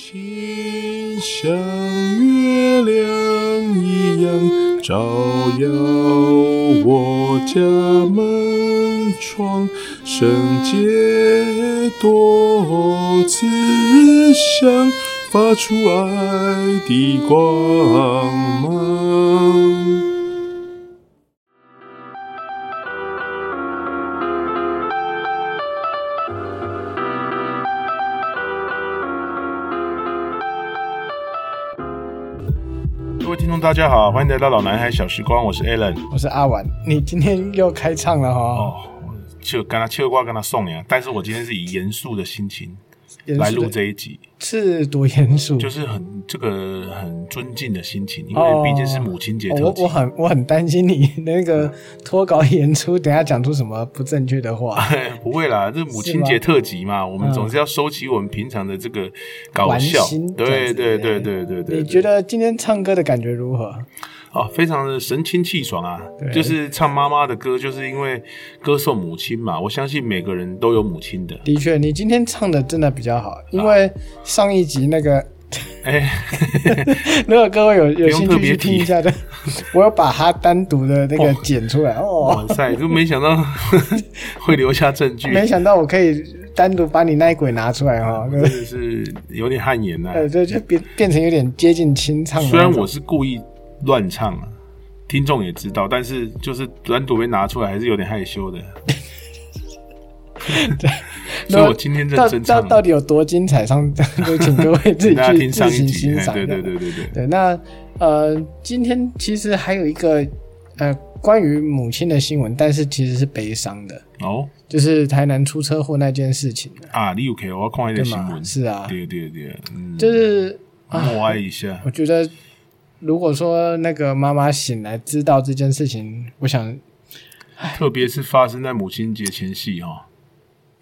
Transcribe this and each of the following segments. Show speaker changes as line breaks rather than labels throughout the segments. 心像月亮一样照耀我家门窗，圣洁多慈祥，发出爱的光芒。
各位听众，大家好，欢迎来到《老男孩小时光》，我是 Alan。
我是阿婉，你今天又开唱了哈、哦，
哦，就跟他切瓜跟他送呀，但是我今天是以严肃的心情
严肃
来
的
录这一集，
是多严肃？
就是很这个很尊敬的心情，因
哦
为毕竟是母亲节
哦
特
我
辑嗯
我。很我很担心你那个脱稿演出，等一下讲出什么不正确的话。
不会啦，这母亲节特辑嘛，我们
嗯
总是要收起我们平常的这个搞
玩
笑
心。这样
对
子哎
对对对对对，
你觉得今天唱歌的感觉如何？
哦，非常的神清气爽啊！
对
就是唱妈妈的歌，就是因为歌颂母亲嘛。我相信每个人都有母亲的。
的确，你今天唱的真的比较好，因为上一集那个，
啊哎，
如果各位有有
用
兴
特
趣
别
去听
提
一下 的，我有把它单独的那个剪出来哦。
哇 塞，就没想到 会留下证据，
没想到我可以单独把你那一鬼拿出来哈、哦，
真的是有点汗颜呐、
呃，这就变变成有点接近清唱的那
虽然
种。
我是故意乱唱啊，听众也知道，但是就是单独被拿出来，还是有点害羞 的。 所以我今天认
到
真
到
唱，
到底有多精彩？上 就请各位自己
大家
去
听
自
上一
行
集，
欣
哎
赏。
对对对对对，
对，那呃，今天其实还有一个呃关于母亲的新闻，但是其实是悲伤的，
哦
就是台南出车祸那件事情，
啊，你有 K，我要看一
对
点新
吗？
闻，
是啊，
对对对，嗯，
就是
默哀一下。
我觉得如果说那个妈妈醒来知道这件事情，我想哎
特别是发生在母亲节前夕哈、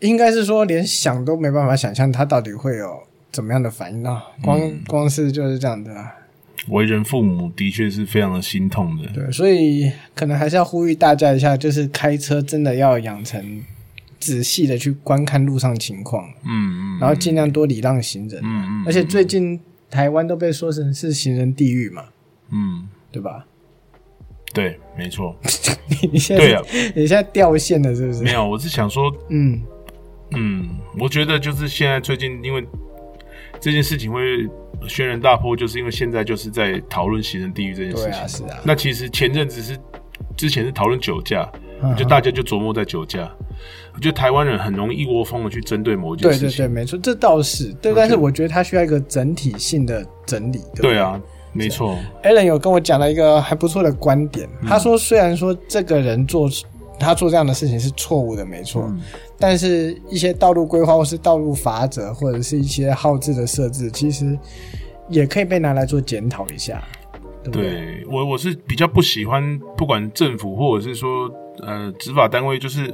应该是说连想都没办法想象她到底会有怎么样的反应啊！光、
嗯
光是就是这样的啊，
为人父母的确是非常的心痛的。
对，所以可能还是要呼吁大家一下，就是开车真的要养成仔细的去观看路上情况，
嗯嗯，
然后尽量多礼让行人。
嗯嗯，
而且最近台湾都被说成是行人地狱嘛，
嗯，
对吧？
对，没错，
你你现在
对啊，
你现在掉线了是不
没
是？
有，我是想说，
嗯，
嗯，我觉得就是现在最近，因为这件事情会轩然大波，就是因为现在就是在讨论行人地狱这件事
对
情。
啊，是啊，
那其实前阵子是之前是讨论酒驾，
嗯
就大家就琢磨在酒驾。我觉得台湾人很容易一窝蜂的去针对某一件
对
事情
对。对，没错，这倒是对，但是我觉得它需要一个整体性的整理，对不
对啊，没错。
Alan 有跟我讲了一个还不错的观点，他说虽然说这个人做他做这样的事情是错误的，没错，但是一些道路规划或是道路法则或者是一些号志的设置，其实也可以被拿来做检讨一下，对不对？
对我我是比较不喜欢，不管政府或者是说呃执法单位，就是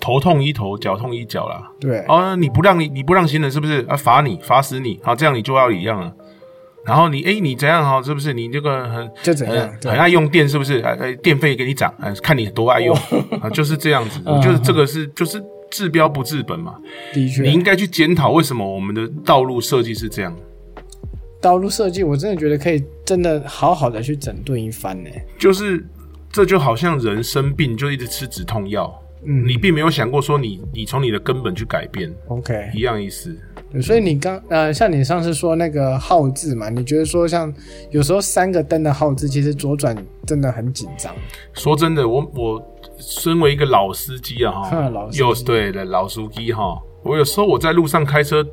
头痛医头，脚痛医脚啦。
对
哦，你不让你你不让行人是不是啊？罚你，罚死你，好，这样你就要礼让了。然后你哎，你怎样哈？是不是你这个很
就怎样
很
对
很爱用电，是不是？哎哎，电费给你涨，哎，看你多爱用
哦
啊，就是这样 子。我觉得这
嗯
个是就是治标不治本嘛。
的确
你，应该去检讨为什么我们的道路设计是这样。
道路设计我真的觉得可以真的好好的去整顿一番呢、
就是这就好像人生病就一直吃止痛药，
嗯
你并没有想过说你你从你的根本去改变，
OK，
一样意思。
对所以你刚呃，像你上次说那个号字嘛，你觉得说像有时候三个灯的号字，其实左转真的很紧张。
说真的，我我身为一个老司机啊，哈
哼， 老司机
有对的老司机哈，我有时候我在路上开车，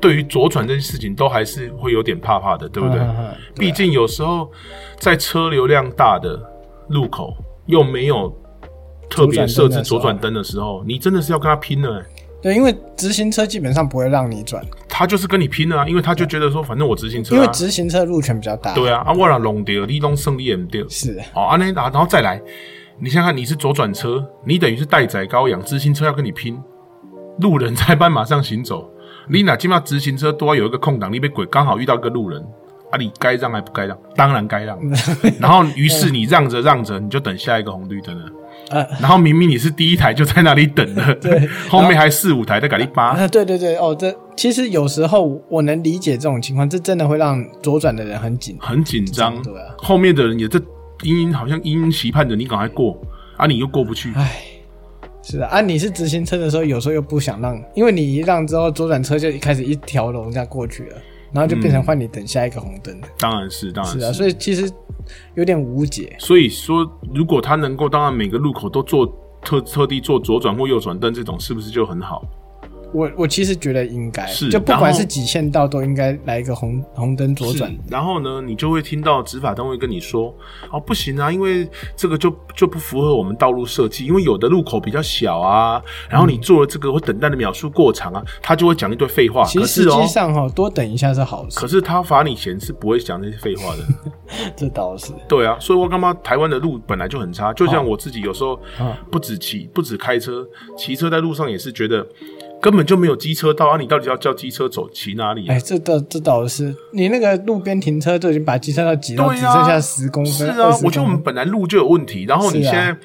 对于左转这件事情都还是会有点怕怕的，对不 对？
嗯嗯嗯
毕竟有时候在车流量大的路口又没有特别设置左
左转
转灯的时候，你真的是要跟他拼了、欸
对，因为直行车基本上不会让你转，
他就是跟你拼了啊，因为他就觉得说，反正我直行车、啊，
因为直行车路权比较大。
对啊，啊，我若弄掉，你弄胜利也唔掉。
是，
哦，啊那然后然后再来，你想想看，你是左转车，你等于是待宰羔羊，直行车要跟你拼，路人在斑马上行走，你哪起码直行车都要有一个空档，你被鬼刚好遇到一个路人，啊，你该 让还不该让？当然该让。然后于是你让着让着，你就等下一个红绿灯了。
呃，
然后明明你是第一台就在那里等了，
对，
后面还四五台在给你扒，
啊，对对对，哦，这其实有时候我能理解这种情况，这真的会让左转的人很 紧。
很紧张。
对啊
后面的人也在殷殷好像殷殷期盼着你赶快过啊，你又过不去。
唉，是的啊，你是直行车的时候，有时候又不想让，因为你一让之后，左转车就开始一条龙这样过去了，然后就变成换你等下一个红灯。
当然嗯是，当然
是啊，所以其实有点无解。
所以说，如果他能够，当然每个路口都做特特地做左转或右转灯这种，是不是就很好？
我我其实觉得应该，
是
就不
然
管
后
是几线道，都应该来一个红红灯左转
是。啊然后呢，你就会听到执法单位跟你说：“哦，不行啊，因为这个就就不符合我们道路设计，因为有的路口比较小啊，然后你做了这个会等待的秒数过长啊。”他就会讲一堆废话。
其
可是
实实
哦
际，上哈、多等一下是好事
可，是他罚你钱是不会讲这些废话的。
这倒是。
对啊，所以我干嘛台湾的路本来就很差，就像我自己有时候
啊
不止骑，不止开车，骑车在路上也是觉得根本就没有机车道啊！你到底要叫机车走骑哪里、啊
哎，？这倒这倒是，你那个路边停车都已经把机车道挤到
对
只
啊
剩下十公
是
分，
啊
20，
我觉得我们
公分
本来路就有问题，然后你
是啊
现在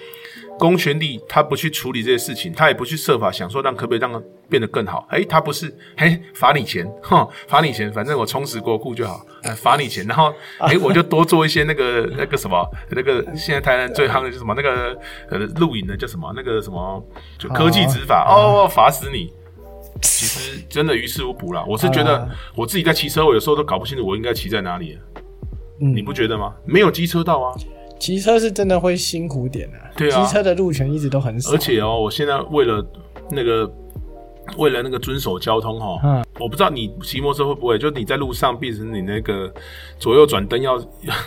公权力他不去处理这些事情，他也不去设法想说让可不可以让它变得更好。哎，他不是，哎，罚你钱， 哼，罚你钱，反正我充实国库就好， 哎罚你钱，然后哎，我就多做一些那个 那个什么，那个现在台湾最夯的就是什么那个呃录影的叫什么那个什么就科技执法哦，罚死你。其实真的于事无补啦，我是觉
好
得
啦
我自己在骑车，我有时候都搞不清楚我应该骑在哪里，
嗯
你不觉得吗？没有机车道啊，
骑车是真的会辛苦点啊。
对啊
骑车的路权一直都很少。
而且哦，我现在为了那个，为了那个遵守交通哦，
嗯
我不知道你骑摩托车会不会，就你在路上变成你那个左右转灯要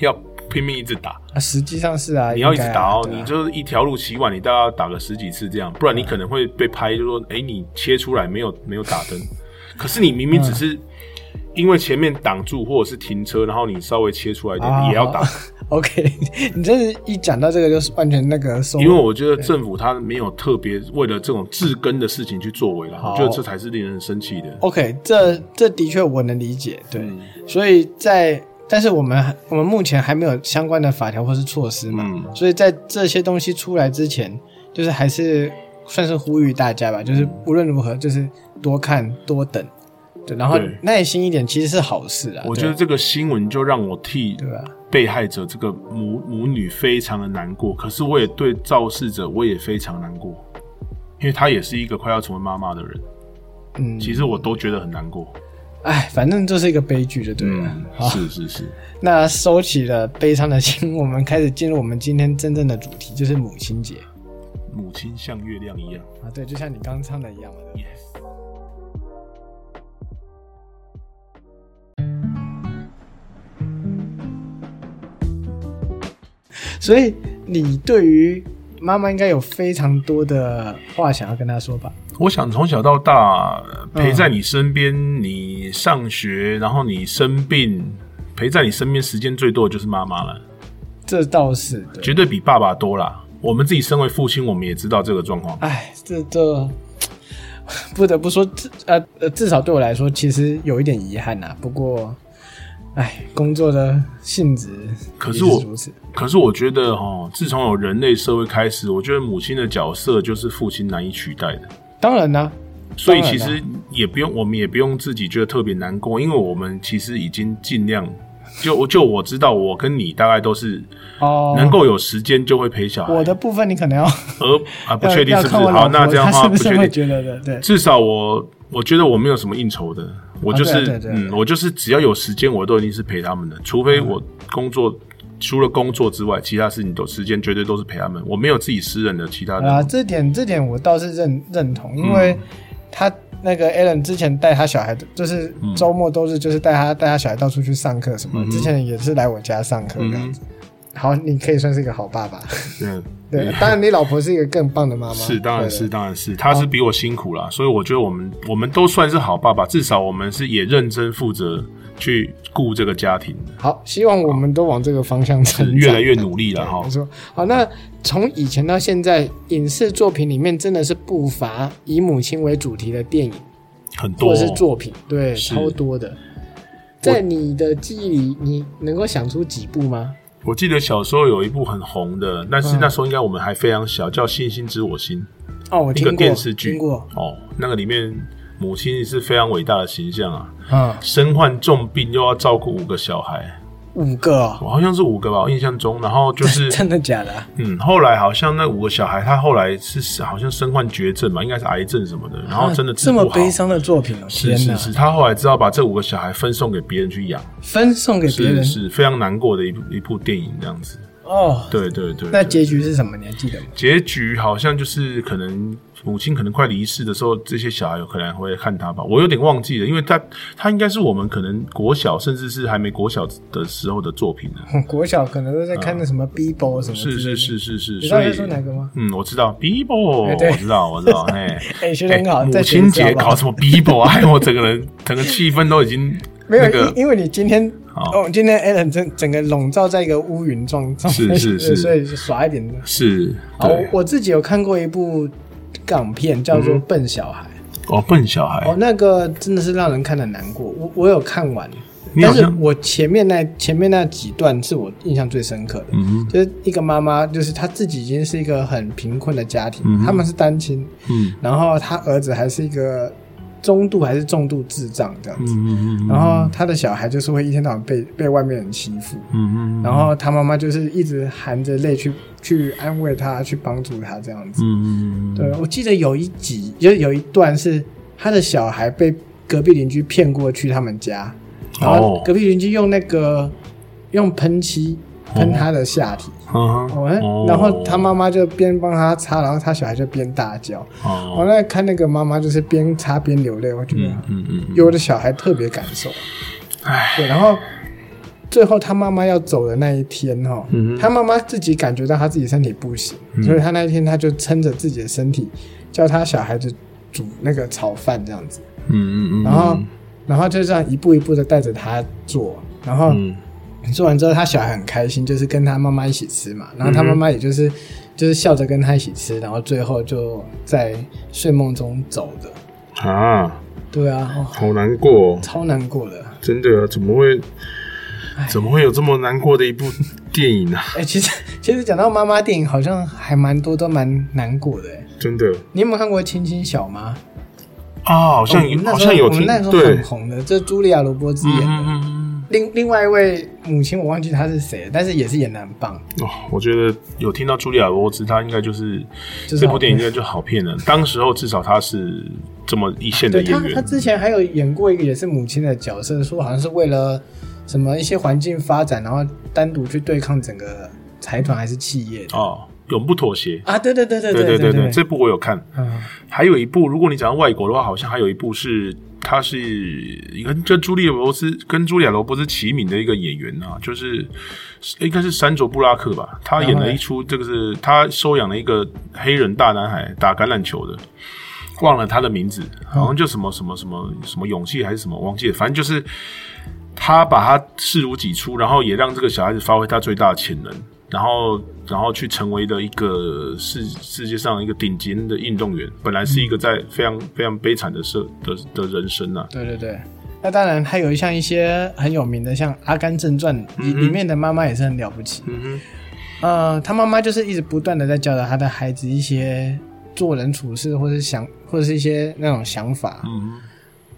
要拼命一直打，
啊实际上是啊，
你要一
应
直
该啊
打哦，
对啊嗯
你就是一条路骑完，你大概要打个十几次这样，不然你可能会被拍，就说哎、诶你切出来没有没有打灯，可是你明明
嗯
只是。因为前面挡住或者是停车，然后你稍微切出来一点，
啊
也要打。
OK，你真是一讲到这个就是完全那个收，
因为我觉得政府他没有特别为了这种治根的事情去作为啦，
好哦
我觉得这才是令人生气的。
OK，这这的确我能理解，对，
嗯
所以在但是我们我们目前还没有相关的法条或是措施嘛，
嗯
所以在这些东西出来之前，就是还是算是呼吁大家吧，就是无论如何就是多看多等，对，然后
对
耐心一点其实是好事啊，
我
对
觉得这个新闻就让我替
对吧？
被害者这个母母女非常的难过，可是我也对肇事者我也非常难过，因为她也是一个快要成为妈妈的人，
嗯，
其实我都觉得很难过。
哎，反正就是一个悲剧就对了。
嗯，
好，
是是是，
那收起了悲伤的心，我们开始进入我们今天真正的主题，就是母亲节
母亲像月亮一样。
啊。对，就像你刚刚唱的一样嘛。对不对
Yes。
所以你对于妈妈应该有非常多的话想要跟她说吧？
我想从小到大呃
嗯
陪在你身边，你上学，然后你生病，陪在你身边时间最多的就是妈妈了，
这倒是的。
绝对比爸爸多啦。我们自己身为父亲，我们也知道这个状况。
哎，这这不得不说，至呃呃，至少对我来说，其实有一点遗憾呐、不过，哎，工作的性质
可
也
是我
如此，
可是我觉得哈，自从有人类社会开始，我觉得母亲的角色就是父亲难以取代的。
当然啦、
所以
当然
其
啦
实也不用，我们也不用自己觉得特别难过，因为我们其实已经尽量，就就我知道，我跟你大概都是
哦，
能够有时间就会陪小孩。
我的部分你可能要
而啊，不
要
确定
要
是不
看
是
我老
好？
婆
那这样的
她
话
是不是
确
会
定。
觉得的？对，
至少我我觉得我没有什么应酬的，我就是、
对啊对啊对啊嗯
嗯，我就是只要有时间，我都一定是陪他们的，除非我工作。除了工作之外，其他事情都时间绝对都是陪他们。我没有自己私人的其他的，
啊，这点这点我倒是认认同，因为
嗯
他那个 Alan 之前带他小孩，就是
嗯
周末都是就是带他带他小孩到处去上课什么，之前也是来我家上课这样子。好，你可以算是一个好爸爸。
嗯，
对，当然你老婆是一个更棒的妈 妈。
是当然
对哦
是当然是，他是比我辛苦啦，所以我觉得我们我们都算是好爸爸，至少我们是也认真负责去顾这个家庭的，
好，希望我们都往这个方向成长，
越来越努力了哈
没。错，好，那从以前到现在，影视作品里面真的是不乏以母亲为主题的电影
很多
或者
哦
是作品，对，
是
超多的。在你的记忆里，你能够想出几部吗？
我记得小时候有一部很红的，但是
嗯
那时候应该我们还非常小，叫《星星知我心
哦，我》
一
听
个
过
电视剧
听过，
哦，那个里面母亲是非常伟大的形象啊，
嗯，
身患重病又要照顾五个小孩，
五个哦，
我好像是五个吧，我印象中，然后就是
真的假的啊？
嗯，后来好像那五个小孩他后来是好像身患绝症嘛，应该是癌症什么的，然后真的
啊
治
这
不好。
么悲伤的作品哦，
是
天
是
哪！
是，他后来知道把这五个小孩分送给别人去养，
分送给别
是
人
是非常难过的一部一部电影这样子。
哦，
对对对
那
对
结局是什么？你还记得吗？
结局好像就是可能母亲可能快离世的时候，这些小孩有可能会看他吧，我有点忘记了，因为他他应该是我们可能国小甚至是还没国小的时候的作品呢。
国小可能都在看那什么 Bibo 什么之类
啊是是
的，
是是是，
你知
所
道我在
以
说哪个吗？
嗯，我知道 Bibo，
哎对
我知道我知道，哎。
哎，学的很好，
哎
再
母
学
亲
一次
节
好不好
搞什么 Bibo 啊？害我整个人整个气氛都已经
没有，
那个
因因为你今天
好
哦，今天 Alan 整整个笼罩在一个乌云状状态，
是是是
所以耍一点的。
是
好，
对嗯
我自己有看过一部港片，叫做《笨小孩》，
哦，笨小孩
哦，，那个真的是让人看得难过。我我有看完，
你好
但是
像
我前面那前面那几段是我印象最深刻的，
嗯哼
就是一个妈妈，就是她自己已经是一个很贫困的家庭，
嗯哼
他们是单亲，
嗯
然后她儿子还是一个中度还是重度智障这样
嗯
子，
嗯嗯，
然后她的小孩就是会一天到晚被被外面人欺负，
嗯嗯，
然后她妈妈就是一直含着泪去去安慰她，去帮助她这样子。
嗯嗯
对，我记得有一集，就有一段是他的小孩被隔壁邻居骗过去他们家，然后
哦
隔壁邻居用那个用喷漆
哦
喷他的下体，
嗯
哦哎
哦
然后他妈妈就边帮他擦，然后他小孩就边大叫。我
哦，
那看那个妈妈就是边擦边流泪，我觉得
嗯嗯
有的小孩特别感受。
唉
对，然后最后他妈妈要走的那一天哈、哦，
嗯哼嗯
他妈妈自己感觉到他自己身体不行，所以他那一天他就撑着自己的身体，叫他小孩子煮那个炒饭这样子，
嗯嗯嗯，
然后、然后就这样一步一步的带着他做，然后
嗯
做完之后他小孩很开心，就是跟他妈妈一起吃嘛，
嗯
然后他妈妈也就是、就是笑着跟他一起吃，然后最后就在睡梦中走的，
啊，
对啊，哦、
好难过，
超难过的。
真的啊怎么会怎么会有这么难过的 一部电影啊？
哎、其实其实讲到妈妈电影，好像还蛮多都蛮难过的。哎
真的
你有没有看过《亲亲小妈》？
啊，好像
我们那
好
时候
像有
我们
听
那时候
对
很，红的，这茱莉亚·罗伯兹演的。
嗯嗯
另另外一位母亲，我忘记她是谁了，但是也是演的很棒。
哦，我觉得有听到茱莉亚·罗伯兹，她应该就是这部电影应该就好骗了。当时候至少她是这么一线的
对她
演，
她
员，
之前还有演过一个也是母亲的角色，说好像是为了什么一些环境发展，然后单独去对抗整个财团还是企业的
哦，永不妥协。
啊？对对对对
对
对
对
对
这部我有看。
嗯，
还有一部，如果你讲到外国的话，好像还有一部是他是一个跟朱莉亚·罗伯兹跟茱莉亚·罗伯兹齐名的一个演员啊，就是应该是山卓·布拉克吧，他演
然后
了
嘞
一出这个是他收养了一个黑人大男孩打橄榄球的。忘了他的名字，好像就什么什么什么什么勇气还是什么，忘记了。反正就是他把他视如己出，然后也让这个小孩子发挥他最大的潜能，然后然后去成为了一个世世界上一个顶尖的运动员。本来是一个在非常非常悲惨的社的的人生啊，
对对对。那当然，还有像一些很有名的，像《阿甘正传》里里面的妈妈也是很了不起。
嗯
呃，他妈妈就是一直不断的在教导他的孩子一些做人处事，或是想，或者是一些那种想法。
嗯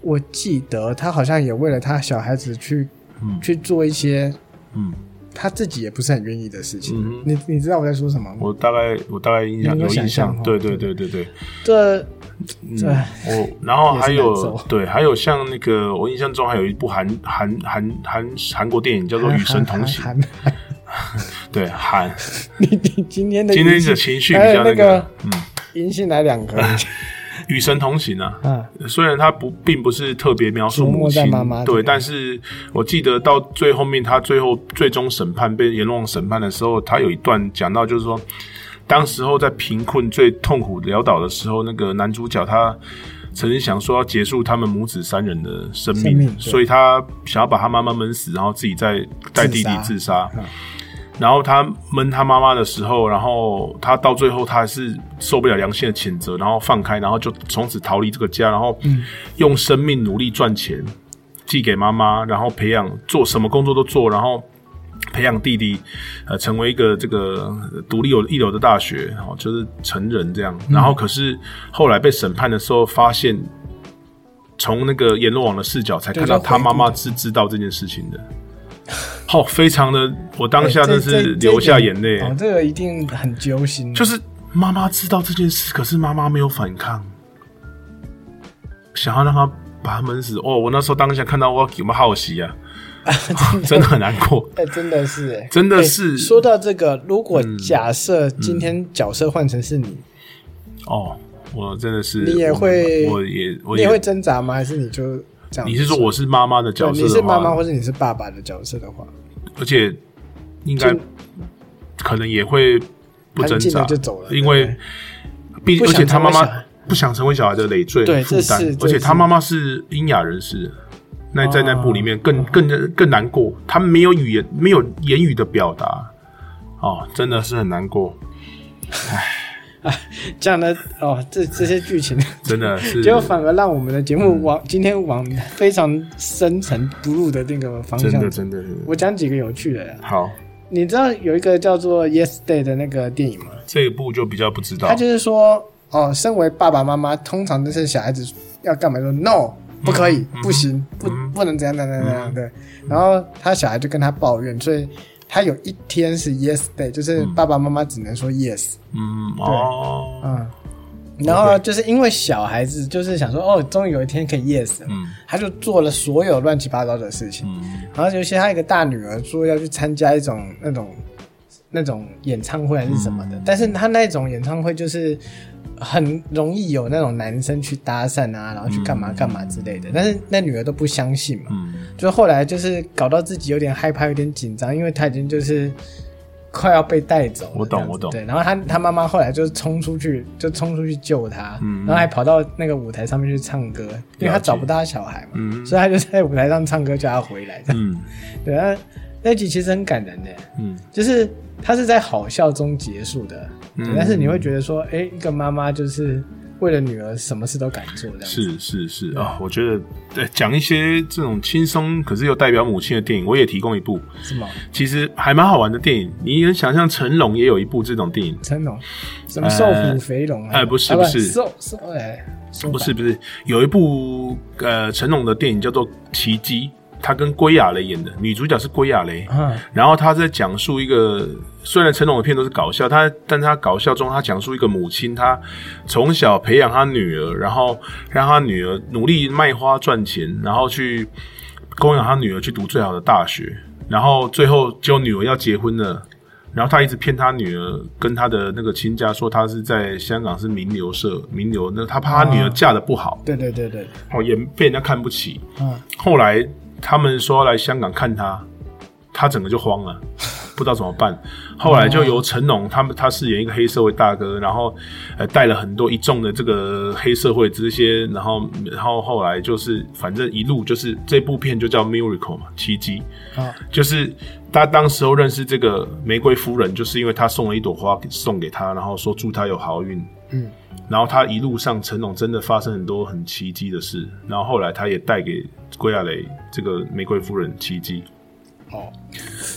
我记得他好像也为了他小孩子去、
嗯
去做一些
嗯，
他自己也不是很愿意的事情。
嗯哼
你你知道我在说什么吗？
我大概我大概印象
你有
有
想
印
象
象
哈，
对对对对对。
这
嗯
这、
我然后还
也是难
有
受
对，还有像那个我印象中还有一部韩韩韩韩韩国电影叫做《与神同行》，
韩，韩韩
对韩。
你你今天的
今天
银
的
杏
情绪比
哎
较
那
个，嗯，
银杏来两
啊
颗，
与神同行啊。
嗯，
虽然他不并不是特别描述
琢磨
母
在
亲，
妈妈
对，
这边
但是我记得到最后面，他最后最终审判被阎罗王审判的时候，他有一段讲到，就是说，当时候在贫困最痛苦潦倒的时候，那个男主角他曾经想说要结束他们母子三人的生命，
生命对
所以他想要把他妈妈闷死，然后自己再带弟弟自
自
杀。然后他闷他妈妈的时候，然后他到最后他还是受不了良心的谴责，然后放开，然后就从此逃离这个家，然后用生命努力赚钱，寄给妈妈，然后培养做什么工作都做，然后培养弟弟，呃，成为一个这个呃独立有一流的大学，哦，就是成人这样。
嗯
然后可是后来被审判的时候，发现从那个阎罗王的视角才看到
对就
他妈
回顾
妈是知道这件事情的。哦，非常的，我当下
哎这
真是流下眼泪。
这一点哦，这个一定很揪心。啊
就是妈妈知道这件事，可是妈妈没有反抗，想要让他把他闷死。哦，我那时候当下看到我有没有好奇 啊，真的很难过。
哎、真的是、哎
真的是嗯
哎说到这个，如果假设今天角色换成是你，
哦，我真的是，
你也会
我也，我
你也会挣扎吗？还是你就这样？
你是说我是妈妈的角
对
色
你是
的话，
妈妈，或者你是爸爸的角色的话，
而且应该
就
可能也会不挣
安静
扎
地就走了
因为毕
不
而
想
且他妈
成为小
妈
孩
不想成为小孩的累赘
对
负担
这是，这
而且
是
他妈妈是聋哑人士，那在那部里面更
哦
更更难过，他没有语言没有言语的表达，哦，真的是很难过，
这样的哦，这这些剧情，
真的是嗯
结果反而让我们的节目往、今天往非常深层不入的那个方
真
向
的
走。
真的真的
我讲几个有趣的啊，
好，
你知道有一个叫做《Yesterday》的那个电影吗？
这一部就比较不知道
他，就是说，哦，身为爸爸妈妈，通常都是小孩子要干嘛说 no，不
嗯
可以，不行，不不能怎样怎样怎样怎样对。然后他小孩就跟他抱怨，所以他有一天是 yes day，就是爸爸妈妈只能说 yes，
嗯哦，
嗯。然后呢就是因为小孩子就是想说，哦，终于有一天可以 yes 了，
嗯
他就做了所有乱七八糟的事情。
嗯
然后尤其他一个大女儿说要去参加一种那种那种演唱会还是什么
嗯
的，但是他那种演唱会就是很容易有那种男生去搭讪啊，然后去干嘛干嘛之类的，但是那女儿都不相信嘛，
嗯
就后来就是搞到自己有点害怕，有点紧张，因为她已经就是。快要被带走了
我懂
这样子
我懂
对，然后他他妈妈后来就冲出去，就冲出去救他，
嗯
然后还跑到那个舞台上面去唱歌，因为他
了解
找不到他小孩嘛，
嗯
所以他就在舞台上唱歌，叫他回来。这样
嗯
对啊，那集其实很感人的，
嗯
就是它是在好笑中结束的，对
嗯
但是你会觉得说，哎、一个妈妈就是为了女儿什么事都敢做这样子。
是是是啊，我觉得呃讲一些这种轻松可是又代表母亲的电影，我也提供一部，
是吗？
其实还蛮好玩的电影。你能想象成龙也有一部这种电影？
成龙，什么瘦虎肥龙啊？
呃不是
啊
不是
瘦瘦哎，瘦吧
不是不是，有一部呃成龙的电影叫做《奇迹》，他跟归亚蕾演的，女主角是归亚蕾。
啊，
然后他在讲述一个，虽然成龙的片都是搞笑，他但他搞笑中，他讲述一个母亲，她从小培养她女儿，然后让她女儿努力卖花赚钱，然后去供养她女儿去读最好的大学，然后最后结果女儿要结婚了。然后他一直骗他女儿跟他的那个亲家说他是在香港是名流社名流，那他怕他女儿嫁的不好，
对对对对，
哦也被人家看不起，
啊，
后来他们说要来香港看他，他整个就慌了，不知道怎么办。后来就由成龙他们他饰演一个黑社会大哥，然后呃带了很多一众的这个黑社会这些，然后然后后来就是反正一路就是这部片就叫 Miracle 嘛，奇迹。
啊，
就是他当时候认识这个玫瑰夫人，就是因为他送了一朵花给送给他，然后说祝他有好运。
嗯，
然后他一路上成龙真的发生很多很奇迹的事，然后后来他也带给归亚蕾这个玫瑰夫人奇迹，
哦，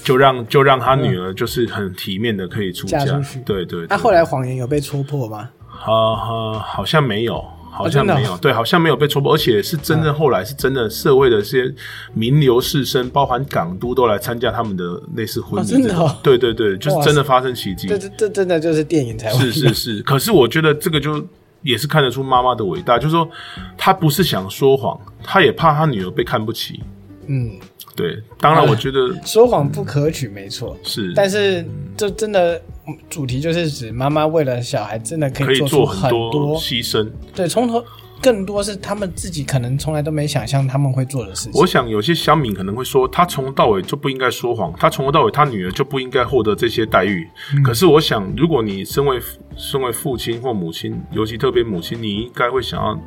就让就让他女儿就是很体面的可以出
嫁出去
对对对。
那后来谎言有被戳破吗？
啊、呃好像没有，好像
真的哦嗯
没有，对，好像没有被戳破，而且是真的，后来是真的，社会的一些名流士绅，包含港都都来参加他们的类似婚
哦
礼这
真
种，
的哦
对对对，就是
哇塞
真的发生奇迹，
这这这真的就是电影才会
是是 是，可是我觉得这个就也是看得出妈妈的伟大，就是说她不是想说谎，她也怕她女儿被看不起。
嗯，
对，当然我觉得
说谎不可取，没错。
是，
嗯但是这真的嗯主题就是指妈妈为了小孩真的可
可
以
以
做出
做
很
多牺牲。
对，从头更多是他们自己可能从来都没想象他们会做的事情
我。想有些乡民可能会说，他从头到尾就不应该说谎，他从头到尾他女儿就不应该获得这些待遇。
嗯
可是我想，如果你身为身为父亲或母亲，尤其特别母亲，你应该会想要，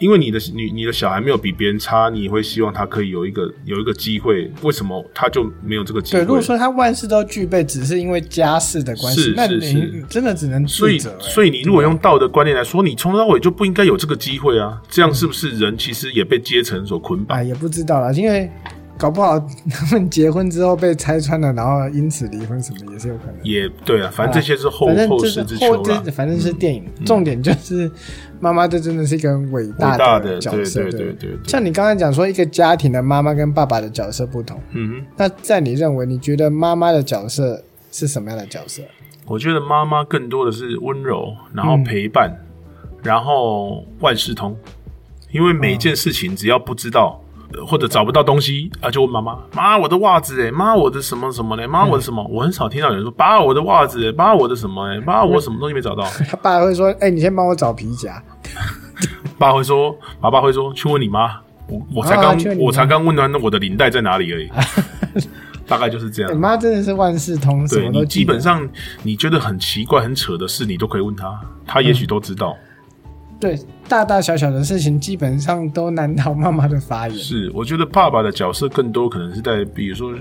因为你的你你的小孩没有比别人差，你也会希望他可以有一个有一个机会。为什么他就没有这个机
对，
会？
如果说他万事都具备，只是因为家世的关
是
系，那
是
你
是
你真的只能
所
自
以
责、，欸
所以你如果用道德观念来说，你从头到尾就不应该
嗯
有这个机会啊！这样是不是人其实也被阶层所捆绑？
哎啊，也不知道啦，因为搞不好他们结婚之后被拆穿了，然后因此离婚什么也是有可能。
也对啊，反正这些是后
哎反正
后
这
世
是
之
后
秋
这
啦。
反正是电影，重点就是妈妈这真的是一个很伟
伟大
的
的
角
对
色。
对对对对
像你刚才讲说，一个家庭的妈妈跟爸爸的角色不同，
嗯哼，
那在你认为，你觉得妈妈的角色是什么样的角色？
我觉得妈妈更多的是温柔，然后陪伴，
嗯
然后万事通。因为每件事情只要不知道、
嗯
呃或者找不到东西啊，就问妈妈：“妈，我的袜子哎，妈，我的什么什么嘞？
嗯
妈，我的什么？”我很少听到有人说：“爸，我的袜子欸，爸，我的什么
嗯
哎，爸，我什么东西没 找到。
他爸会说：“哎、你先帮我找皮夹。
爸会说：“爸爸会说，去问你妈。”我我才
啊
刚、
去问你妈
我才刚问完我的领带在哪里而 已，大概就是这样。
你妈真的是万事通，什
对
么都
你
记
基
得
本上你觉得很奇怪、很扯的事，你都可以问他，他也许
嗯
都知道。
对大大小小的事情，基本上都难逃妈妈的法眼。
是，我觉得爸爸的角色更多可能是在比如说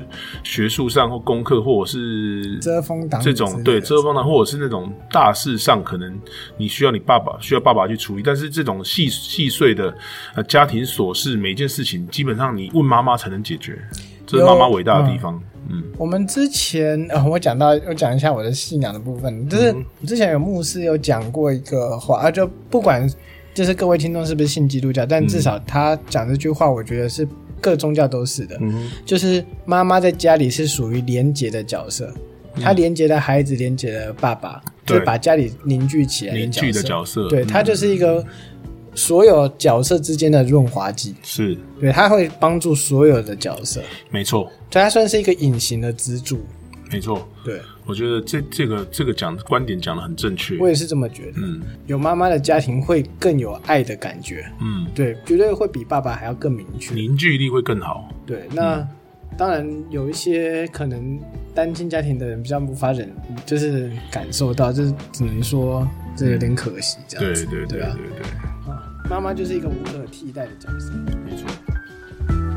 学术上或功课，或者是
遮风挡雨
这
之
种
类
对
的
遮风挡，或者是那种大事上，可能你需要你爸爸需要爸爸去处理，但是这种细细碎的呃家庭琐事，每件事情基本上你问妈妈才能解决，这是妈妈
有
伟大的地
嗯
方。嗯
我们之前呃，我讲到我讲一下我的信仰的部分，就是
嗯
之前有牧师有讲过一个话，啊，就不管就是各位听众是不是信基督教，
嗯
但至少他讲这句话，我觉得是各宗教都是的，
嗯哼
就是妈妈在家里是属于廉洁的角色，她廉洁了孩子，廉洁了爸爸，
嗯对
就把家里凝聚起来
凝聚的角色嗯
对，她就是一个所有角色之间的润滑剂，
是
对，她会帮助所有的角色，
没错
对，她算是一个隐形的支柱，
没错，
对。
我觉得这这个这个讲观点讲的很正确。
我也是这么觉得。
嗯
有妈妈的家庭会更有爱的感觉，
嗯，
对，绝对会比爸爸还要更明确。
凝聚力会更好。
对，那、当然有一些可能单亲家庭的人比较无法忍，就是感受到，就是只能说这有点可惜这
对
样子。
对对
对
对
啊，
对，
妈妈就是一个无可替代的角色。
没错。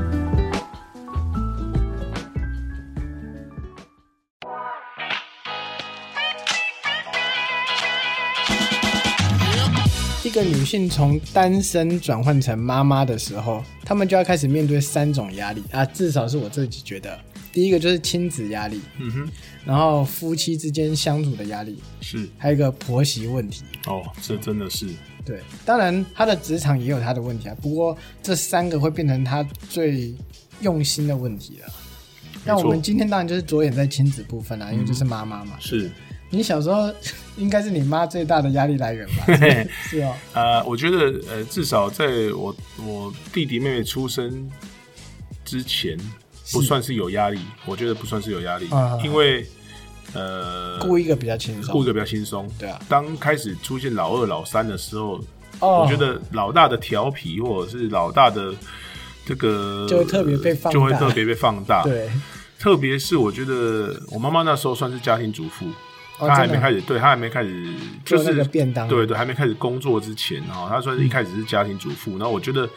一个女性从单身转换成妈妈的时候，她们就要开始面对三种压力啊，至少是我自己觉得。第一个就是亲子压力，
嗯哼，
然后夫妻之间相处的压力，
是
还有一个婆媳问题。
哦，这真的是
对，当然他的职场也有他的问题啊，不过这三个会变成他最用心的问题了。那我们今天当然就是着眼在亲子部
嗯
分啊，因为就是妈妈嘛。
是。
你小时候 应该是你妈最大的压力来源 吧？是哦，
呃，我觉得呃，至少在我我弟弟妹妹出生之前，不算是有压力，我觉得不算是有压力，
啊
因为呃，
顾一个比较轻
顾
松
一。个比较轻松。
对啊
当开始出现老二、老三的时候，
哦
我觉得老大的调皮或者是老大的这个
就会特别被放大
就会特别被放大。，
对，
特别是我觉得我妈妈那时候算是家庭主妇，
哦
她还
真的
没开始，对她还没开始就
做那
是
个便当
对对，还没开始工作之前啊、哦，她算是一开始是家庭主妇。然后我觉得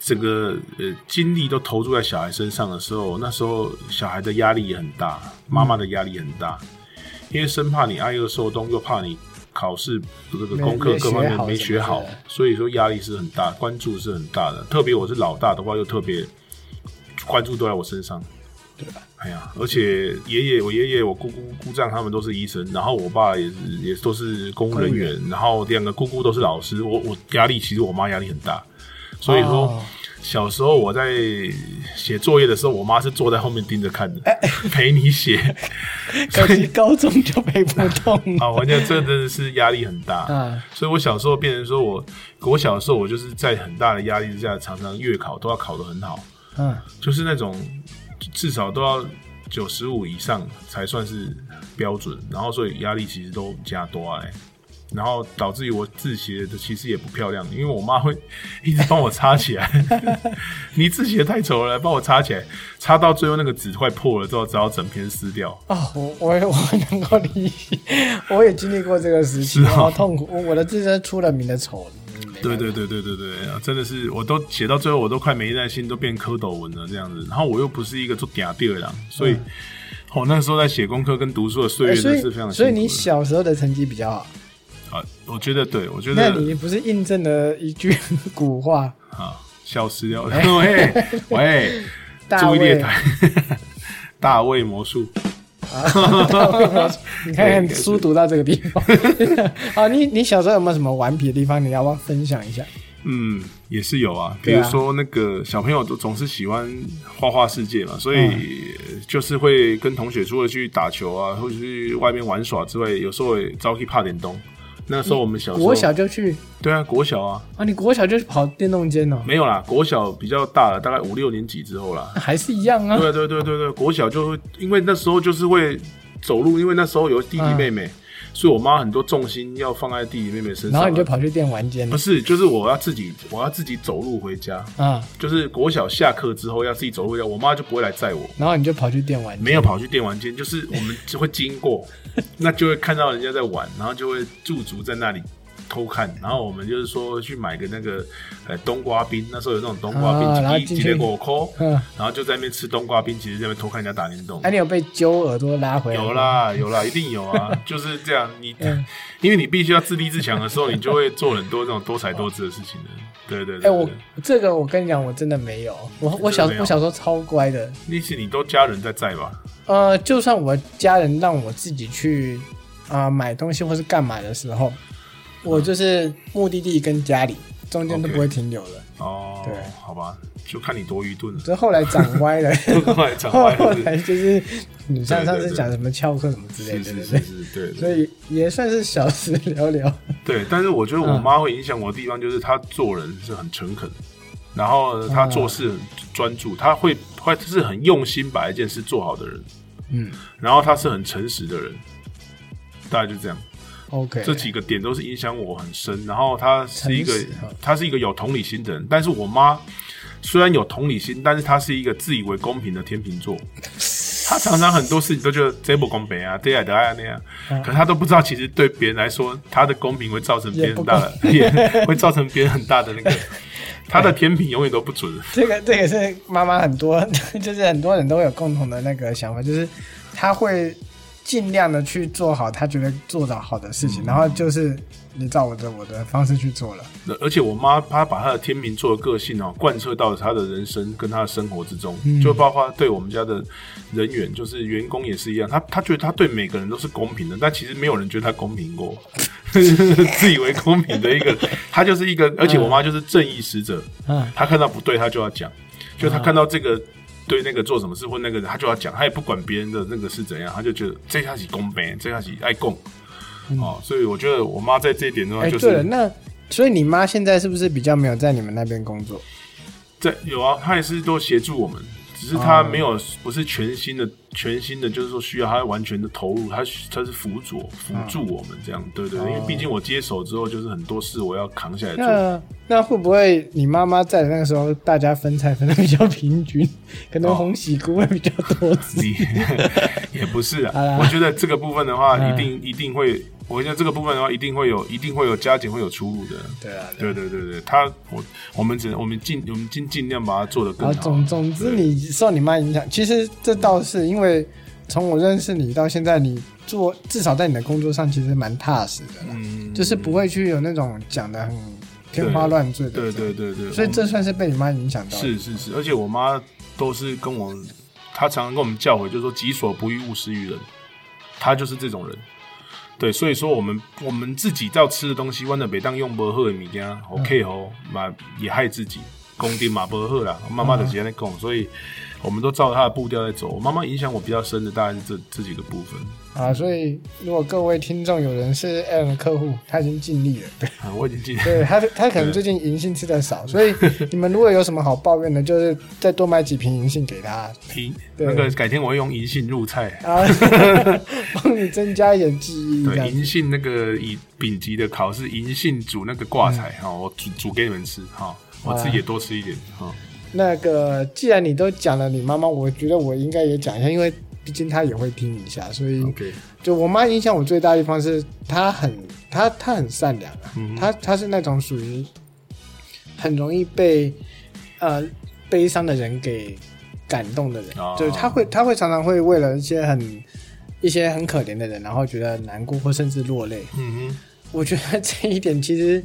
整个呃精力都投注在小孩身上的时候，那时候小孩的压力也很大，妈妈的压力也很大，因为生怕你挨饿受冻，又怕你。考试这个
没
功课
没
各方面
学好
没
什么
学好
之类的，
所以说压力是很大，关注是很大的。特别我是老大的话，又特别关注都在我身上，哎呀，而且爷爷、我爷爷、我姑姑、姑丈他们都是医生，然后我爸也是也都是公务人员，然后两个姑姑都是老师。我我压力其实我妈压力很大，所以说、
哦
小时候我在写作业的时候，我妈是坐在后面盯着看的，陪你写。
可惜高中就背不动 了。
啊，我觉得这真的是压力很 大。
嗯
所以我小时候变成说我，我小时候我就是在很大的压力之下，常常月考都要考得很好。
嗯，
就是那种至少都要九十五以上才算是标准，然后所以压力其实都加多哎、然后导致于我字写的其实也不漂亮，因为我妈会一直帮我擦起来， 你字写得太丑了，帮我擦起来，擦到最后那个纸快破了之后，只好整篇撕掉。
哦，我我也我能够理解，我也经历过这个时期，
是哦
好痛苦，我我的字真的出了名的丑。嗯没办法
对对对对对对，啊真的是，我都写到最后，我都快没耐心，都变蝌蚪文了这样子。然后我又不是一个做嗲嗲的人，所
嗯
以我、那时候在写功课跟读书的岁
哎
月
所
真的
以
是非常辛苦的、
所以你小时候的成绩比较好，
啊，我觉得对，我觉
那
得
你不是 印证了一句古话？
啊，消失掉了，喂喂，
哎 大
注意
卫
列台， 大卫魔术，
你看看书读到这个地方 啊，你你小时候有没有什么顽皮的地方？你要不要分享一下？
嗯，也是有啊。比
对啊
如说那个小朋友都总是喜欢花花世界嘛，所以
嗯
就是会跟同学除了去打球啊，或者去外面玩耍之外，有时候也招去怕点东。那时候我们小时候，
国小就去
对啊，国小啊，
啊，你国小就去跑电动间哦，
没有啦，国小比较大了，大概五六年级之后啦。
还是一样啊。
对对对对对，国小就会，因为那时候就是会走路，因为那时候有弟弟妹妹，所以我妈很多重心要放在弟弟妹妹身上。
嗯然后你就跑去电玩间
不是，就是我要自己，我要自己走路回家。
啊，
就是国小下课之后要自己走路回家，我妈就不会来载我，
然后你就跑去电玩间
没有跑去电玩间，就是我们就会经 过，那就会看到人家在玩，然后就会驻足在那里偷看，然后我们就是说去买个那个呃冬瓜冰，那时候有那种冬瓜
啊然后
冰，几
进
几
去
个果抠，
嗯，
然后就在那边吃冬瓜冰，其实在那边偷看人家打电动
哎、。你有被揪耳朵拉回来？
有。啦，有啦，一定有 啊，就是这样。你
啊嗯
因为你必须要自立自强的时候，你就会做很多这种多才多姿的事情的。对对
哎、
对，
我
对
这个我跟你讲，我真的没有。我我小
真的没有
我小时候超乖的，
那是你都家人在在吧？
呃，就算我家人让我自己去啊、买东西或是干嘛的时候，我就是目的地跟家里中间都
OK
不会停留的。
哦，
对。
好吧，就看你多愚钝了
这后来长歪了，
后 来长
后
歪了是不
来
是，
就是你
对
像
对
上次
对
讲什么翘课什么之类
是
的，对
是是
对对。
是，对
所
对
以也算是小时聊聊，
对。但是我觉得
嗯
我妈会影响我的地方，就是她做人是很诚恳，然后她做事很专注，她会会是很用心把一件事做好的人，
嗯
然后她是很诚实的人，大概就这样。
，OK，
这几个点都是影响我很深。然后他是一个
诚实哈，
他是一个有同理心的人，但是我妈虽然有同理心，但是她是一个自以为公平的天秤 座。她常常很多事情都觉得这不公平啊，这样的啊那样，可她都不知道，其实对别人来说，她的公平会造成别人很大 的， 也会造成别人很大的那个，她的天平永远都不准。
这个这个是妈妈很多， 就是很多人都会有共同的那个想法，就是她会尽量的去做好她觉得做的好的事
嗯
情，然后就是你照我的我的方式去做了。
而且我妈她把她的天秤座的个性哦，贯彻到她的人生跟她的生活之中，
嗯
就包括对我们家的人员，就是员工也是一样。她她觉得她对每个人都是公平的，但其实没有人觉得她公平过， 自以为公平的一个，她就是一个。而且我妈就是正义使者，
嗯
她看到不对她就要讲，就她看到这个。对那个做什么事或那个人，她就要讲，她也不管别人的那个是怎样，她就觉得这下是公平，这下是爱共，哦，所以我觉得我妈在这一点的话，
嗯哎、
就是
对了，那所以你妈现在是不是比较没有在你们那边工作？
在有啊，他也是都协助我们，只是他没有、不是全新的全新的，就是说需要他完全的投入，他他是辅佐辅助我们这样，对
哦
对对，因为毕竟我接手之后，就是很多事我要扛下来做。
那那会不会你妈妈在的那个时候，大家分菜分的比较平均，可能
哦
红喜菇会比较多汁？
你 也不 是
好啦
啊，我觉得这个部分的
哎
话，一定一定会，我觉得这个部分的话，一定会有一定会有加减会有出入的。
对啊，
对对对对，他我我们只能我们尽我们尽尽量把它做得更
啊，
好。
总总之
对
你受你妈影响，其实这倒是因为从我认识你到现在，你做至少在你的工作上其实蛮踏实的啦，
嗯
就是不会去有那种讲的很天花乱坠的。
对对对对，
所以
我们
这算是被你妈影响到的。
是是是，而且我妈都是跟我，她常常跟我们教诲，就是说“己所不欲，勿施于人”，她就是这种人。对，所以说我们我们自己要吃的东西，万能北当用不好的物件，OK
嗯
哦，嘛也害自己，工地嘛不好啦，我妈妈的时间在讲，所以我们都照她的步调在走。我妈妈影响我比较深的大概是这这几个部分，
啊，所以如果各位听众有人是 Alan 的客户，他已经尽力了，对，
啊、我已经记得。
对他他可能最近银杏吃的少，所以你们如果有什么好抱怨的，就是再多买几瓶银杏给他
平
对
那个改天我会用银杏入菜，
啊， 帮你增加一点记忆，这
对
样子。
银杏那个以丙级的考试，银杏煮那个挂彩
嗯
哈、我煮煮给你们吃哈、我自己也多吃一点哈、
那个，既然你都讲了你妈妈，我觉得我应该也讲一下，因为毕竟她也会听一下，所以
OK，
就我妈影响我最大的地方是她很她她很善良啊，她她是那种属于很容易被呃悲伤的人给感动的人，
哦
就是她会她会常常会为了一些很一些很可怜的人，然后觉得难过或甚至落泪。
嗯哼，
我觉得这一点其实
嗯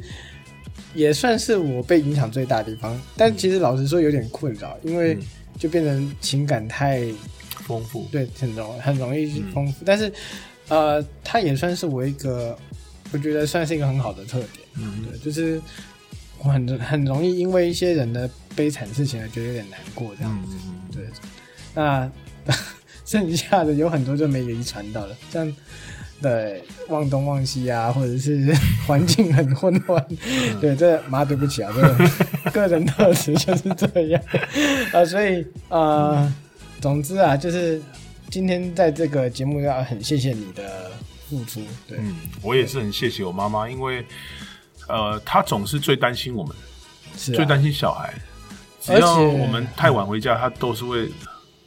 也算是我被影响最大的地方，但其实老实说有点困扰，因为就变成情感太
丰富。
对，很容很容易
嗯
丰富，但是呃，它也算是我一个，我觉得算是一个很好的特点，
嗯
对，就是我很很容易因为一些人的悲惨事情而觉得有点难过这样
嗯嗯
对，那剩下的有很多就没遗传到了，像对忘东忘西啊，或者是 环境很混乱，
嗯
对，这妈对不起啊，这个 个人特质就是这样啊、所以呃，总之啊，就是今天在这个节目要很谢谢你的付出，对，
嗯，我也是很谢谢我妈妈，因为呃，她总是最担心我们，
是、啊、
最担心小孩。只
而
要
且
我们太晚回家，她都是会，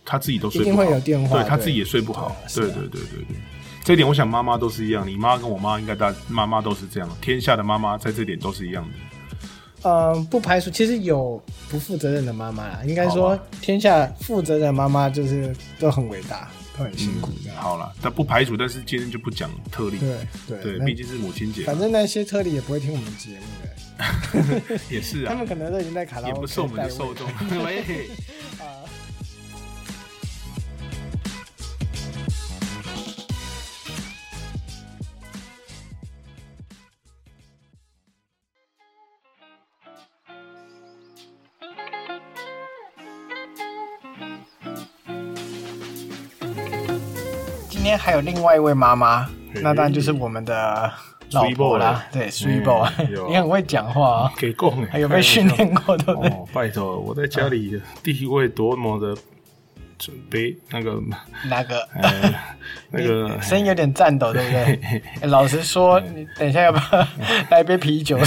她自己都睡
一
不
定
好，
会有电话
对她
对
自己也睡不好。
是啊
对对对对对，这一点我想妈妈都是一样，你妈跟我妈应该大妈妈都是这样，天下的妈妈在这点都是一样的。
呃，不排除其实有不负责任的妈妈啦，应该
好啊
说
吧
天下负责任的妈妈就是都很伟大，都很辛苦
嗯
这样。
好了，但不排除，但是今天就不讲特例。
对
对，
那
毕竟是母亲节嘛，
反正那些特例也不会听我们节目的，
也是
他
啊，
们可能都已经在卡拉
也
OK
不是我们的
代位
受众。 喂。
啊。今天还有另外一位妈妈，那当然就是我们的老婆啦，对，苏一宝
嗯有，
你很会讲话、哦，
给供、欸，
还有被训练啊 过，对不对？
哦，拜托，我在家里的地位多么的准备那个
哪个？
呃 那个
你声音有点颤抖，对不对？欸老实说，你等一下要不 要来一杯啤酒，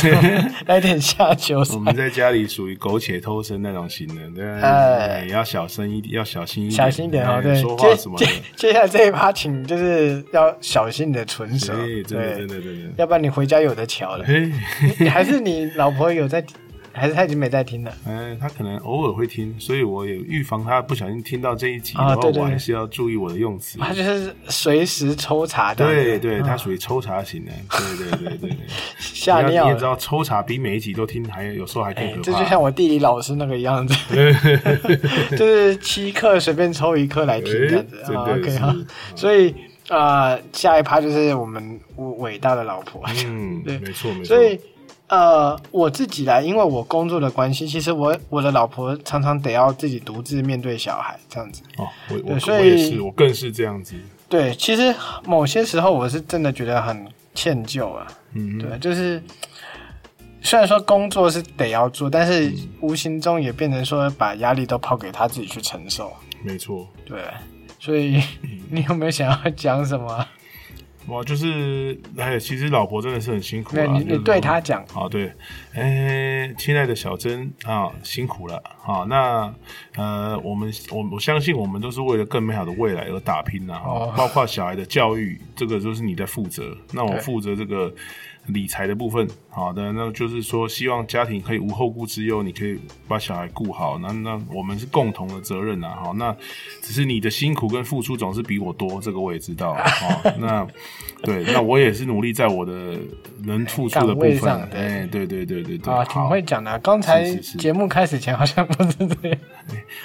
来点下酒
我
什么
们？在家里属于苟且偷生那种型 的，对，
哎
哎要小声一点，要小心一点，
小心一点哦，
哎
对。
说话
接
什么的
接，接下来这一趴，请就是要 小心你的唇舌，
哎，真的真
对，
的真的，哎
要不然你回家有的瞧了。
嘿，
你 还是你老婆有在听，还是她已经没在听了？
哎，他可能偶尔会听，所以我也预防他不小心听到这一集的
啊
话，
对对
我还
对
是要注意我的用词。
她就是随时抽查的，
对对，
嗯
他属于抽查型的，对对对对对。
吓
你要
尿
你也知
了。
道，抽查比每一集都听还有时候还更
哎
可怕。
这就像我地理老师那个 样子，就是七课随便抽一课来听这样子
哎
啊。
真的
OK
是
哈，所以呃，下一趴就是我们伟大的老婆。
嗯，
对
没错没错。
所以呃，我自己来，因为我工作的关系，其实我我的老婆常常得要自己独自面对小孩这样子。
哦，我
对
我
所以
我也是，我更是这样子。
对，其实某些时候我是真的觉得很歉疚啊。
嗯，
对，就是虽然说工作是得要做，但是
嗯
无形中也变成说把压力都抛给他自己去承受。
没错。
对，所以
嗯
你有没有想要讲什么啊？
我就是，哎，其实老婆真的是很辛苦
没有，
啊。
你
就是
你对他讲，
好，啊对，哎，亲爱的小珍啊，辛苦了啊。那呃，我们我我相信我们都是为了更美好的未来而打拼呐、哈、
哦
包括小孩的教育，这个就是你在负责。那我
对
负责这个理财的部分，好的，那就是说希望家庭可以无后顾之忧，你可以把小孩顾好。那那我们是共同的责任呐、好，那只是你的辛苦跟付出总是比我多，这个我也知道啊、哦。那 对，那我也是努力在我的能付出的部
岗位上
分，
对
哎，对对对对对，
啊，挺
好，
会讲的啊。刚才
是是是
节目开始前好像不是这样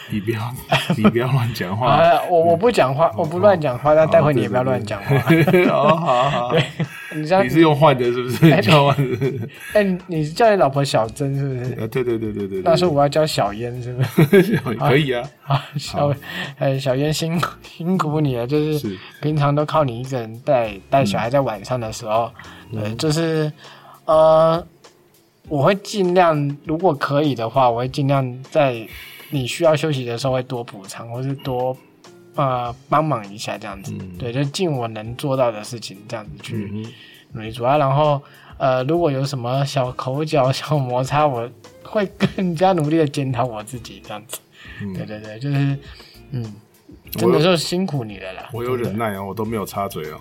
你不要你不要乱讲话。
啊，我我不讲话，我不乱讲话，
啊
但待会你也不要乱讲话。
哦，好好，
你这样
你，是用换的，是不是？你叫换的，
哎，你你是叫你老婆小珍是不是？
啊，对对对对对，
那时候我要叫小燕是不是？
可以啊，
啊， 小哎，小燕辛苦 辛苦你了，就是
是嗯
平常都靠你一个人带带小孩，在晚上的时候，对，就是呃，我会尽量，如果可以的话，我会尽量在你需要休息的时候会多补偿，或是多呃帮忙一下这样子，对，就尽我能做到的事情这样子去
嗯嗯哼，
努力做啊，然后呃，如果有什么小口角、小摩擦，我会更加努力的检讨我自己这样子。
嗯
对对对，就是，嗯，真的是辛苦你了啦。
我有忍耐啊，我都没有插嘴哦，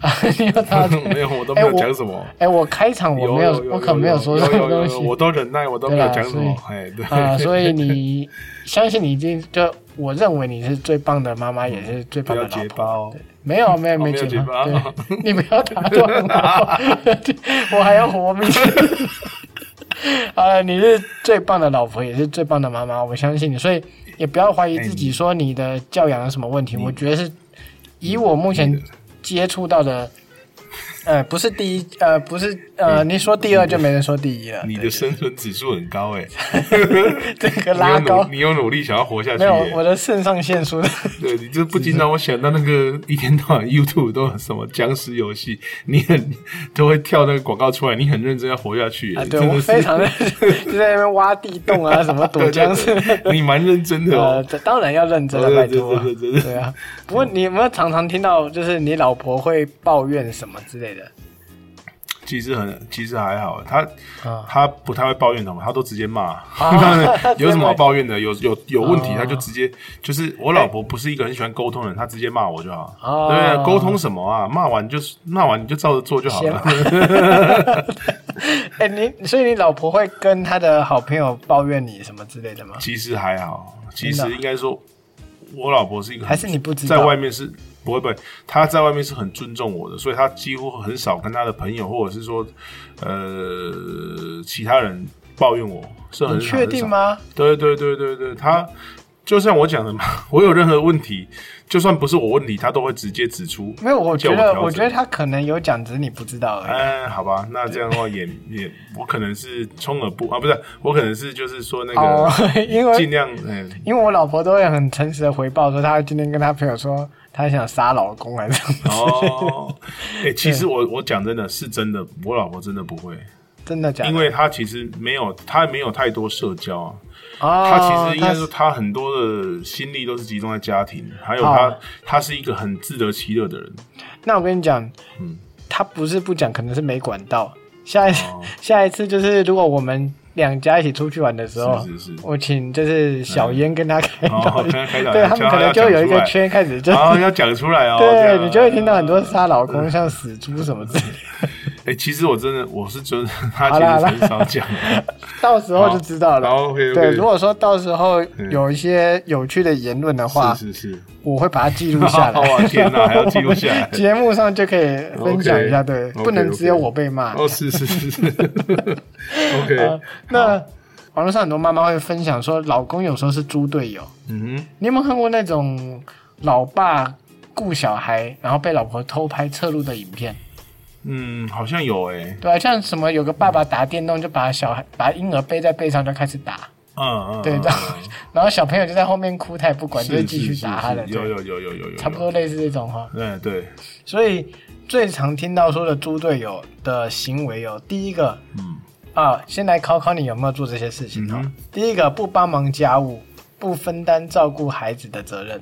啊，你有他，
没有，我都没有讲什么。
哎，我开场我没
有，
我可没有说什么东西
我都忍耐，我都没有讲什么。哎，对，
啊，所以你相信你一定就，我认为你是最棒的妈妈，也是最
不
棒的
要
老
结
婆。
巴哦。
没有没有
没
没
有
结
结
巴，
巴
对，你不要打断我，我还要活命。好了，你是最棒的老婆，也是最棒的妈妈，我相信你，所以也不要怀疑自己说你的教养有什么问题。我觉得是以我目前接触到的，呃，不是第一，呃，不是呃，你说第二就没人说第一了。
你的生存指数很高哎、
这
你
个
有
拉高
努，你有努力想要活下去、
没有
欸，
我的肾上腺 素的。
对你这不禁让我想到那个一天到晚 YouTube 都有什么僵尸游戏，你很都会跳那个广告出来，你很认真要活下去、
啊，
你
对
真
我
的
非
是
常的 就在那边挖地洞啊，什么 躲
对
僵尸。
对对你蛮认真的
呃，
哦。
这当然要认真了，
对
拜
对
托啊
对对对。对
对啊，不过你有没有常常听到，就是你老婆会抱怨什么之 类的？
其实很，其实还好，他
啊
他不太会抱怨什么，他都直接骂。 当然有什 么好抱怨的？有有有问题，
啊哎
他就直接就是我老婆不是一个很喜欢沟通的人，她直接骂我就好。
啊
对啊，沟通什么啊？骂完就是骂完你就照着做就好了。
哎、你所以你老婆会跟她的好朋友抱怨你什么之类的吗？
其实还好，其
真的啊
实应该说，我老婆是一个很
还是你不知道
在外面是不会不会，她在外面是很尊重我的，所以她几乎很少跟她的朋友或者是说呃其他人抱怨我，是很
你确定？吗？
很少对对对对对，她就像我讲的嘛，我有任何问题，就算不是我问题，她都会直接指出。
没有，我觉
叫我
得
调整
我觉得她可能有讲，只是你不知道而已。
嗯，好吧，那这样的话也也，我可能是充耳不啊，不是，我可能是就是说那
哦
个，
因为
啊尽量嗯，
因为我老婆都会很诚实的回报说，她今天跟她朋友说她想杀老公还是什 么，
哦，哎、其实我我讲真的是真的，我老婆真的不会，
真的假的？
因为她其实没有她没有太多社交啊，
哦
她其实应该
她
说她很多的心力都是集中在家庭，还有她、
哦
她是一个很自得其乐的人，
那我跟你讲，
嗯
他不是不讲，可能是没管到。下一次，
哦
下一次就是如果我们两家一起出去玩的时候，
是是是
哦我请就是小烟跟他开导
哦
一，
开开导一下
对他们可能就有一个圈开始就
然
是。
后要讲出来哦，这
对
样哦
你就会听到很多杀老
嗯
公、像死猪什么之类的，
哎、其实我真的我是真的，她
好啦
其实很少讲，啊
到时候就知道
然
了。
后会
对，如果说到时候有一些有趣的言论的话，
嗯是是是，
我会把它记录 下
哇
来。
天哪还要记录下来
节目上就可以分享一下。对，
OK，
不能只有我被骂。
哦是是是 是，OK，、
呃那网络上很多妈妈会分享说，老公有时候是猪队友。
嗯哼。
你有没有看过那种老爸顾小孩，然后被老婆偷拍侧录的影片？
嗯，好像有诶、
对啊，像什么有个爸爸打电动就把小孩把婴儿背在背上就开始打，
嗯嗯，
对
嗯
这样
嗯
然后小朋友就在后面哭，他也不管，就是会继续打他的，
是是有
对
有有有有有，
差不多。类似这种哈。
嗯，对，
所以最常听到说的猪队友的行为有第一个
嗯，
啊，先来考考你有没有做这些事情哈。
嗯哼
第一个不帮忙家务，不分担照顾孩子的责任，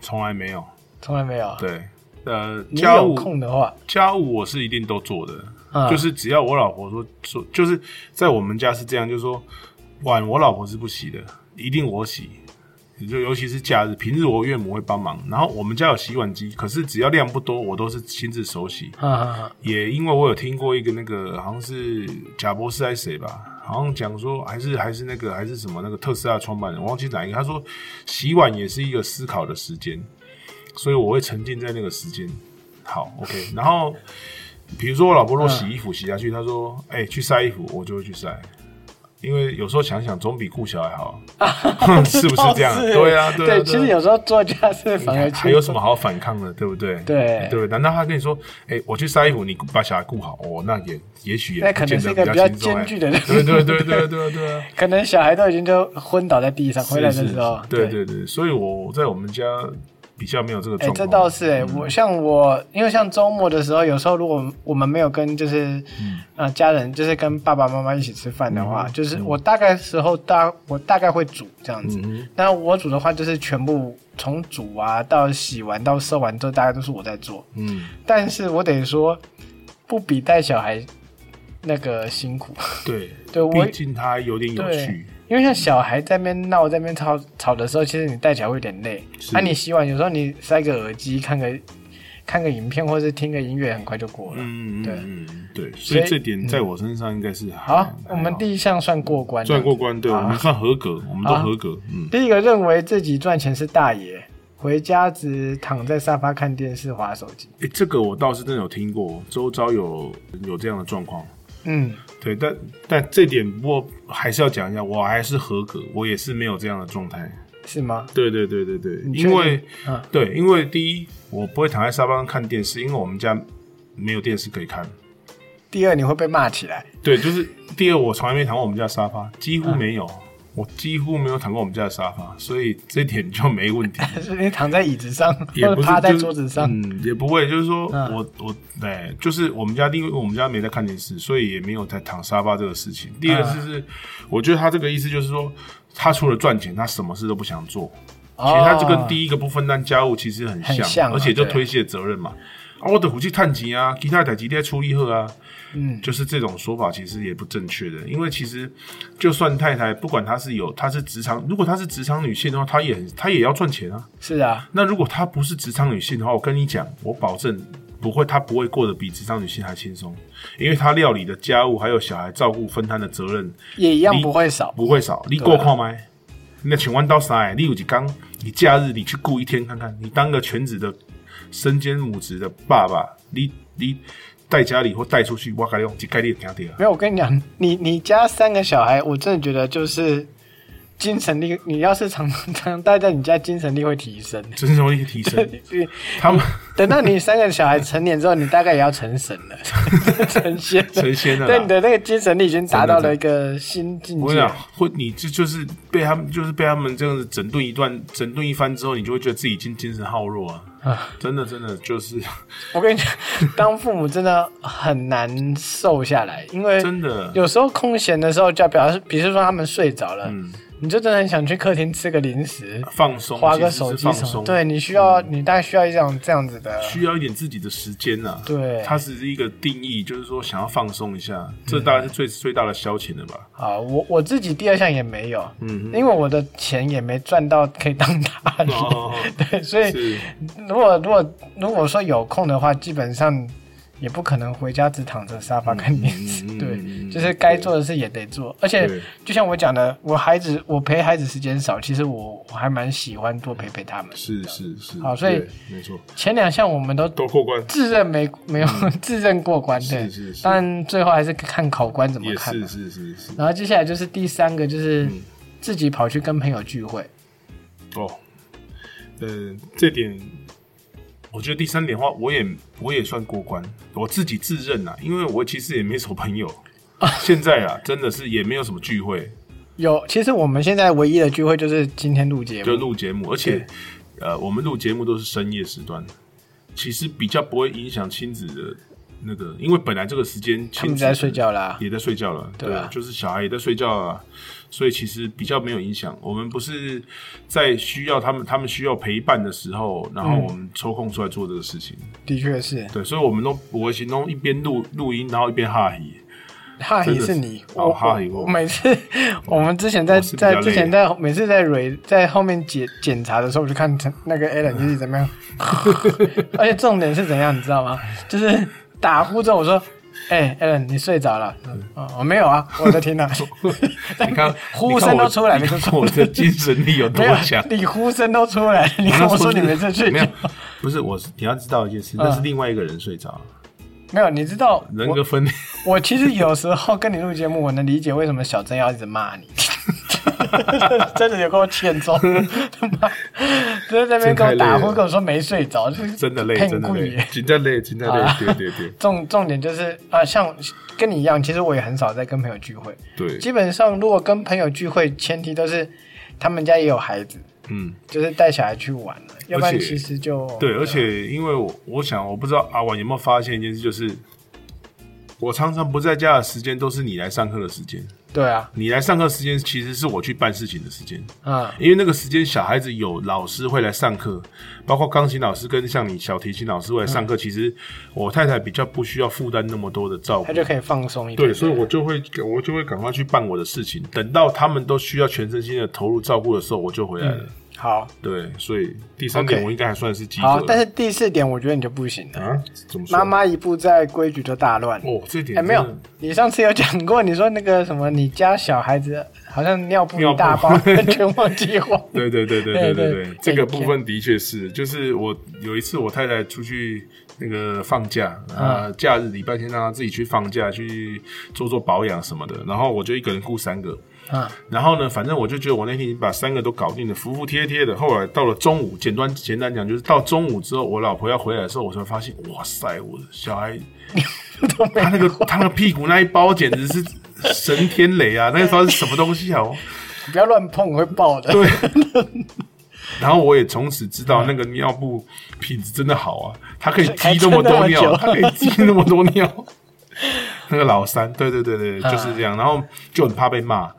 从来没有。
从来没有。
对，呃，
你
家
有
务
空的话，
家务我是一定都做的，
嗯
就是只要我老婆说说，就是在我们家是这样，就是说碗我老婆是不洗的，一定我洗。就尤其是假日，平日我岳母会帮忙，然后我们家有洗碗机，可是只要量不多，我都是亲自手洗。
哈哈哈。
也因为我有听过一个那个好像是贾博士还是谁吧，好像讲说还是还是那个还是什么那个特斯拉的创办人，我忘记哪一个，他说洗碗也是一个思考的时间，所以我会沉浸在那个时间。好，OK，然后比如说我老婆若洗衣服洗下去，她说：“哎、去晒衣服。”我就会去晒。因为有时候想想，总比顾小孩好， 是不是这样？
哦倒是
对啊，对啊，
对，其实有时候做家事反而
还有什么？好反抗的，对不对？
对
对，难道他跟你说，哎、我去晒衣服，你把小孩顾好，哦，那也也许也
那可能是一个
不
比
见
较
得轻松
艰巨的
哎对对对对 对对啊。
可能小孩都已经就昏倒在地上，回来的时候
是，是对对对，所以我在我们家比较没有这个
哎、
状况。
这倒是哎、
嗯
我像我，因为像周末的时候，有时候如果我们没有跟就是，
嗯
呃，家人就是跟爸爸妈妈一起吃饭的话，就是我大概时候大我大概会煮这样子。
嗯
那、我煮的话，就是全部从煮啊到洗完到收完之后，大概都是我在做。
嗯，
但是我得说，不比带小孩那个辛苦。
对
对我
毕竟他有点有趣
对，因为像小孩在那边闹、在那边吵吵的时候，其实你带起来会有点累。
是
那、你洗碗，有时候你塞个耳机看个看个影片，或是听个音乐，很快就过了。
嗯嗯
对
嗯嗯，对，所以
所
这
以嗯
点在我身上应该是还
好，我
还
们
好
第一项算过关了。
嗯算过关，对我
好
们算合格，我们都
好
合格，嗯，
第一个认为自己赚钱是大爷，回家只躺在沙发看电视、划手机。
哎，这个我倒是真的有听过，周遭有有这样的状况。
嗯，
对，但但这点我还是要讲一下，我还是合格，我也是没有这样的状态。
是吗？
对对对对对，
你确定
因为、
嗯
对，因为第一，我不会躺在沙发上看电视，因为我们家没有电视可以看。
第二，你会被骂起来。
对，就是第二，我从来没躺过我们家的沙发，几乎没
嗯
有，我几乎没有躺过我们家的沙发，所以这点就没问题。
是你躺在椅子上，
也
或
不
者
是
趴在
就是
桌子上，
嗯，也不会，就是说
嗯
我我对，就是我们家，因为我们家没在看电视，所以也没有在躺沙发这个事情。第二
嗯
就是，我觉得他这个意思就是说，他除了赚钱，他什么事都不想做。
其
其实它这跟第一个不分担家务其实很像，
哦很像啊
而且就
对
推卸责任嘛。啊，我的虎气探钱啊，其他的几天出力后啊，
嗯
就是这种说法其实也不正确的，因为其实就算太太，不管她是有她是职场，如果她是职场女性的话，她也很她也要赚钱啊。
是啊，
那如果她不是职场女性的话，我跟你讲，我保证不会，她不会过得比职场女性还轻松，因为她料理的家务还有小孩照顾分摊的责任
也一样
你
不会少。
不会少。你够看麦？那请问到啥？你有一刚，你假日你去雇一天看看，你当个全职的身兼母职的爸爸，你你带家里或带出去，我跟你讲，这概念听掉。
没有，我跟你讲，你你家三个小孩，我真的觉得就是精神力，你要是常 常常待在你家，精神力会提升。
真正力提升，
你
他们
等到你三个小孩成年之后，你大概也要成神 了，成仙了，
成仙了啦
对，你的那个精神力已经达到了一个新境
我跟你
界
讲。，会你这就是被他们就是被他们这样子整顿一段整顿一番之后，你就会觉得自己已经精神耗弱啊！真的真的就是
我跟你讲， 当父母真的很难瘦下来，因为
真的
有时候空闲的时候，就表示，比如说他们睡着了，
嗯
你就真的很想去客厅吃个零食，
放松，
划个
啊其实
手
是
机
放
什么。
松，嗯
对你需要，你大概需要一种这样子的。
需要一点自己的时间呐、啊。
对嗯
它只是一个定义，就是说想要放松一下，这大概是最、最大的消遣了吧？
啊，我我自己第二项也没有，嗯，因为我的钱也没赚到可以当打理，
哦
对， 所以
是，
如果如果如果说有空的话，基本上也不可能回家只躺着沙发看电视，
嗯嗯嗯
对，就是该做的事也得做，而且
对
就像我讲的，我孩子我陪孩子时间少，其实我我还蛮喜欢多陪陪他们。
是是是。
好所以
对没错，
前两项我们都
都过关。
自认没没有 自认过关，对，
嗯是是
但最后还是看考官怎么
也
看
是
嘛。
是是是
然后接下来就是第三个，就是
嗯
自己跑去跟朋友聚会。
哦，呃，这点我觉得第三点的话，我也我也算过关，我自己自认啊，因为我其实也没什么 朋友，现在啊真的是也没有什么聚会，
有，其实我们现在唯一的聚会就是今天录节
就
目，
录节目，而且呃，我们录节目都是深夜时段，其实比较不会影响亲子的那个，因为本来这个时间
他
亲
们
子
在睡觉啦。
也在睡觉了，
啊对啊
就是小孩也在睡觉啊，所以其实比较没有影响。我们不是在需要他们，他们需要陪伴的时候，然后我们抽空出来做这个事情，
的确是，
对，所以我们都我行动一边录录音，然后一边哈嘿，
哈
真
也
的是
是你，
哦哈里我
我每次 我们之前在
我是比较
在之前
累
在每次在蕊在后面检检查的时候，我就看成那个 Alan 就是怎么样， 而且重点是怎样，你知道吗？就是打呼之后，我说。哎、a l a n 你睡着了？
嗯
哦，我没有啊，我 在听呢、
你看
呼
你看
声
我
都出来了
你
就
看我的精神力有多
没有
强，。
你呼声都出来了，你跟我说你没这去，
没有，不是我是你要知道一件事，那是另外一个人睡着了，
没有，你知道
人格分裂。
我其实有时候跟你录节目，我能理解为什么小珍要一直骂你， 真的有够欠揍， 他妈，真的在那边跟我打呼，跟我说没睡着，就是
真的累，
骗
真的
鬼
累，真的累，真的累
啊，
对对对
重重点就是啊、像跟你一样，其实我也很少在跟朋友聚会。
对
基本上，如果跟朋友聚会，前提都是他们家也有孩子，
嗯，
就是带小孩去玩了，要不然
而且
其实就
对，而且因为我我想，我不知道阿婉有没有发现一件事，就是我常常不在家的时间都是你来上课的时间，
对啊，
你来上课时间其实是我去办事情的时间，
嗯，
因为那个时间小孩子有老师会来上课，包括钢琴老师跟像你小提琴老师会来
嗯
上课，其实我太太比较不需要负担那么多的照顾
他，就可以放松一点。
对，所以我就会我就会赶快去办我的事情，等到他们都需要全身心的投入照顾的时候，我就回来了。
好
对，所以第三点
嗯 OK
我应该还算是及格。
好，但是第四点，我觉得你就不行了。
啊，怎么说？
妈妈一步在，规矩就大乱。
哦，这点
哎，没有
真的，
你上次有讲过，你说那个什么，你家小孩子好像尿布
尿
一
布
大包， 全忘记换。
对对对对对对
对对
对，这个
对
部分的确是，就是我有一次我太太出去那个放假，啊，
嗯
假日礼拜天让她自己去放假去做做保养什么的，然后我就一个人雇三个，
啊，
然后呢，反正我就觉得我那天已经把三个都搞定了，服服帖帖的。后来到了中午，简单简单讲就是到中午之后，我老婆要回来的时候，我才发现，哇塞，我的小 孩他那个他那个屁股那一包简直是神天雷啊！那个时候是什么东西啊？我
不要乱碰，会爆的。
对。 然后我也从此知道那个尿布品质真的好啊，它可以积那么多尿，它
还
可以积那么多 尿。那个老三，对对对对，就是这样，然后就很怕被骂，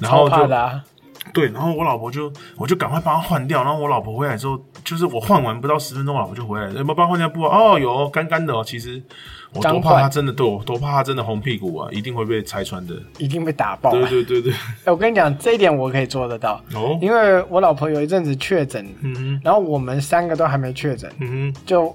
然后
啊超
就
怕的啊，
对，然后我老婆就我就赶快帮她换掉，然后我老婆回来之后，就是我换完不到十分钟，我老婆就回来了，有没有帮她换尿布啊？哦，有哦干干的哦。其实我多
刚
怕她
换
真的对我多怕她真的红屁股啊，一定会被拆穿的。
一定被打爆。
对对对对，
哎我跟你讲，这一点我可以做得到，
哦，
因为我老婆有一阵子确诊，
嗯哼
然后我们三个都还没确诊，
嗯
就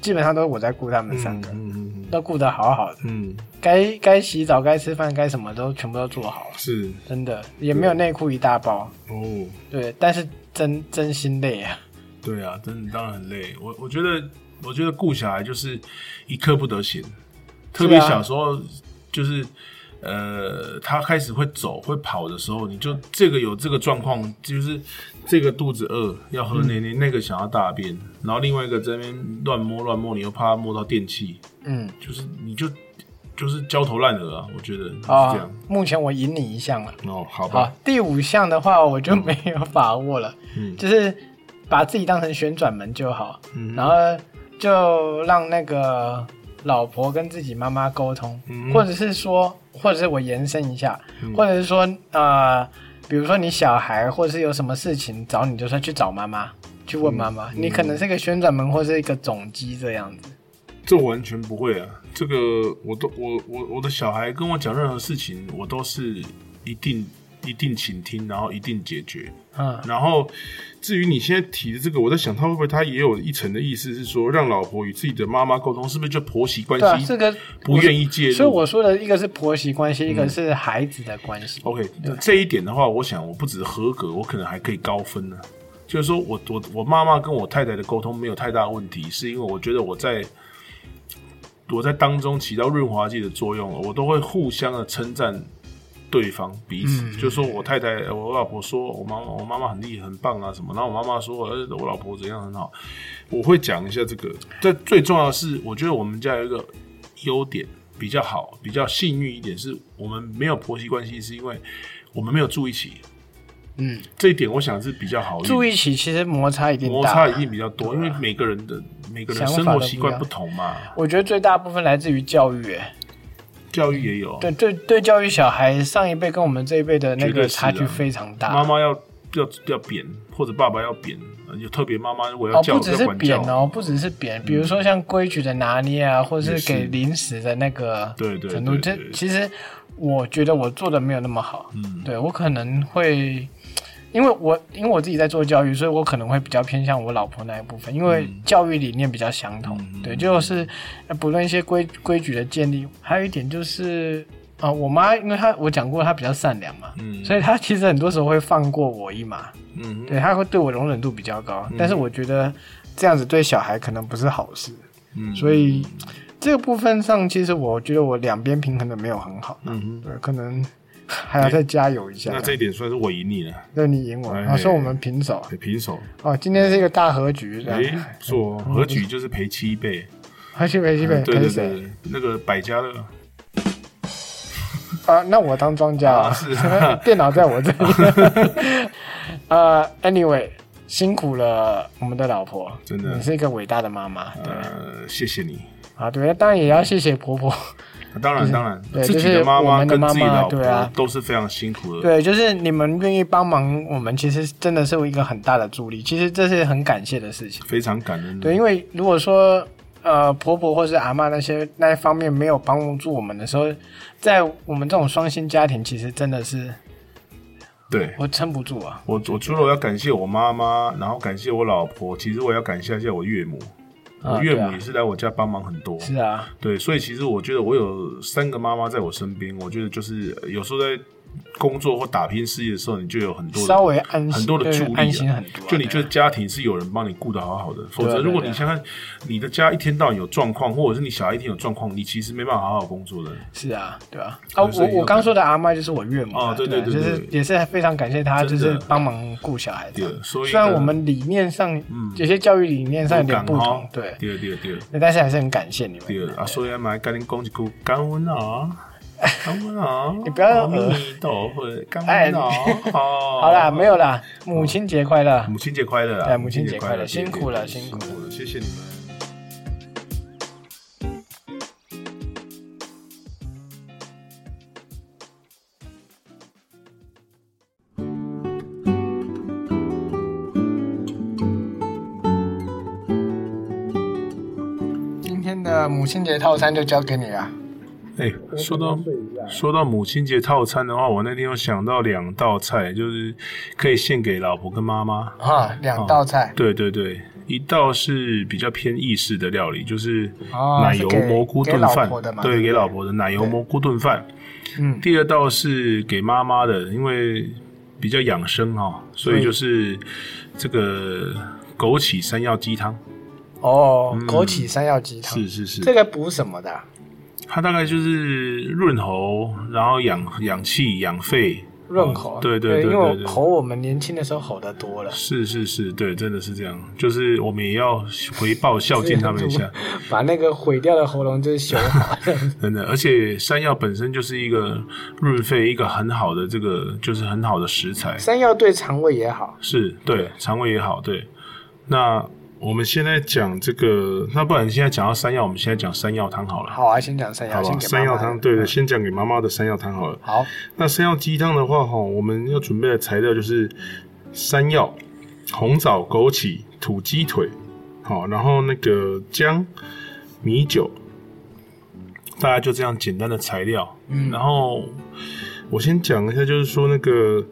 基本上都是我在顾他们
哼，
三
嗯
个，
嗯嗯
都顾得好好的，
嗯，
该该洗澡、该吃饭、该什么都全部都做好了，
是
真的也没有内裤一大包。
哦，
对，但是真真心累啊。
对啊，真的当然很累。我我觉得我觉得顾小孩就是一刻不得闲，特别小时候就是。呃，他开始会走、会跑的时候，你就这个有这个状况，就是这个肚子饿要喝奶奶，那个想要大便，然后另外一个在那边乱摸乱摸，你又怕他摸到电器，
嗯
就是你就就是焦头烂额啊，我觉得是这
啊、
样。
目前我赢你一项了。
哦，好吧
好，，第五项的话我就没有把握了，
嗯
就是把自己当成旋转门就好，
嗯
然后就让那个老婆跟自己妈妈沟通，
嗯
或者是说，或者是我延伸一下，或者是说呃，比如说你小孩或者是有什么事情找你，就说去找妈妈。去问妈妈，
嗯
你可能是一个旋转门或是一个总机这样子，
这完全不会啊！这个我都我我我的小孩跟我讲任何事情，我都是一定一定倾听，然后一定解决。
嗯，
然后至于你现在提的这个，我在想他会不会他也有一层的意思是说，让老婆与自己的妈妈沟通，是不是就婆媳关
对啊，
系
这个
不愿意介入？
所以我说的一个是婆媳关系，
嗯
一个是孩子的关系。
OK，那这一点的话，我想我不止合格，我可能还可以高分呢、就是说我我我妈妈跟我太太的沟通没有太大问题，是因为我觉得我在我在当中起到润滑剂的作用，我都会互相的称赞对方彼此。
嗯
就说我太太，呃我老婆说我妈妈我妈妈很厉害很棒啊什么，然后我妈妈说呃我老婆怎样很好，我会讲一下这个。但最重要的是，我觉得我们家有一个优点比较好，比较幸运一点是我们没有婆媳关系，是因为我们没有住一起。
嗯，
这一点我想是比较好运的。
住一起其实摩擦一定大，
摩擦一定比较多，因为
对啊
每个人的每个人
想法
生活习惯
都
不
不一样
同嘛，
我觉得最大部分来自于教育，哎
教育也有。
对对对，教育小孩上一辈跟我们这一辈的那
哦绝对
个
是啊
差距非常大。
妈妈要要要扁，或者爸爸要扁，呃有特别妈妈如果要
哦，
教、
不只
要
是
管
扁
教，啊嗯
哦，不只是扁，比如说像规矩的拿捏啊，或者
也
是
是
给零食的那个
对对
程度，
对
这
对
其实我觉得我做的没有那么好。
嗯
对我可能会，因为我因为我自己在做教育，所以我可能会比较偏向我老婆那一部分，因为
嗯
教育理念比较相同。对，就是呃不论一些规规矩的建立，还有一点就是啊、呃我妈因为她我讲过她比较善良嘛，
嗯
所以她其实很多时候会放过我一马。
嗯
对，他会对我容忍度比较高，但是我觉得这样子对小孩可能不是好事，
嗯，
所以这个部分上，其实我觉得我两边平衡的没有很好，
嗯哼，哎
对，可能还要再加油一下。
那这一点算是我赢你了，
对你赢我，
哎
啊，说我们平手
哎平手，
哦，今天是一个大和局，这
哎、
样，
不错
嗯
哦，和局就是赔七倍，
和西北西北
对
可以
对
谁
对，那个百家乐
啊？那我当庄家
啊
啊，
是啊
电脑在我这里。 啊，anyway，辛苦了我们的老婆，
真的
你是一个伟大的妈妈，对
呃，谢谢你。
啊，对，当然也要谢谢婆婆。
当然，当然，
对
自己
就是
的妈
我
妈
们的
跟自己
妈妈
老婆
对啊
都是非常辛苦的。
对，就是你们愿意帮忙我们，其实真的是一个很大的助力。其实这是很感谢的事情。
非常感恩的。
对，因为如果说呃婆婆或是阿嬷那些那一方面没有帮助我们的时候，在我们这种双薪家庭，其实真的是
对，
我撑不住啊。
我我除了我要感谢我妈妈，然后感谢我老婆，其实我也要感谢一下我岳母，
啊
我岳母也是来我家帮忙很多。
是啊，
对，所以其实我觉得我有三个妈妈在我身边，我觉得就是呃有时候在工作或打拼事业的时候，你就有很多的
稍微安心
很多的助力、
对
啊，
安心很多啊
就你
对啊
觉得家庭是有人帮你顾得好好的，否
对啊对啊
则如果你想想，你的家一天到晚有状况，或者是你小孩一天有状况，你其实没办法好好工作的。
是啊，对啊。啊，
所
我
以
我刚说的阿妈就是我岳母啊
哦对
对
对
啊
对
就是
对
也是非常感谢他，
真
就
的
是帮忙顾小孩这
对
样。，
所以嗯
虽然我们理念上有些教育理念上有点不同
哦，，
对，
对对对
对但是还是很感谢你们。
对啊，所以嘛，赶紧讲一句感恩啊。感恩啊！
你不要
阿弥陀佛，感
哎
恩 啊！好
好啦，没有啦，
哦
母亲节快乐！
母亲节快乐啊！
对哎母亲节快乐辛苦
对
了
对
辛苦了
了，谢谢你们。
今天的母亲节套餐就交给你了。
哎、说到
啊
说到母亲节套餐的话，我那天有想到两道菜，就是可以献给老婆跟妈妈。
啊，
哦
两道菜，
对对对，一道是比较偏意式的料理，就是
哦
奶油
是给
蘑菇炖
给老
饭
婆的，嘛对
对，
不对
给老婆的奶油蘑菇炖饭。
嗯，
第二道是给妈妈的，因为比较养生哈、哦，所以就是这个枸杞山药鸡汤。
哦，枸杞山药鸡汤
嗯是，是是，
这个补什么的啊？
它大概就是润喉，然后养养气、养肺。
润喉。
哦对对对对
因为
对
我吼我们年轻的时候吼的多了，
是是是，对，真的是这样。就是我们也要回报孝敬他们一下，
把那个毁掉的喉咙就是修好。
真的。而且山药本身就是一个润肺，一个很好的这个就是很好的食材，
山药对肠胃也好，
是对肠胃也好。对，那我们现在讲这个，那不然现在讲到山药，我们现在讲山药汤好了，
好啊，先讲山药，
好
先
吧？
给
山
妈
药
妈
汤，对对，先讲给妈妈的山药汤好了。
好，
那山药鸡汤的话，哈，我们要准备的材料就是山药、红枣、枸杞、土鸡腿，好，然后那个姜、米酒，大概就这样简单的材料。嗯，然后我先讲一下，就是说那个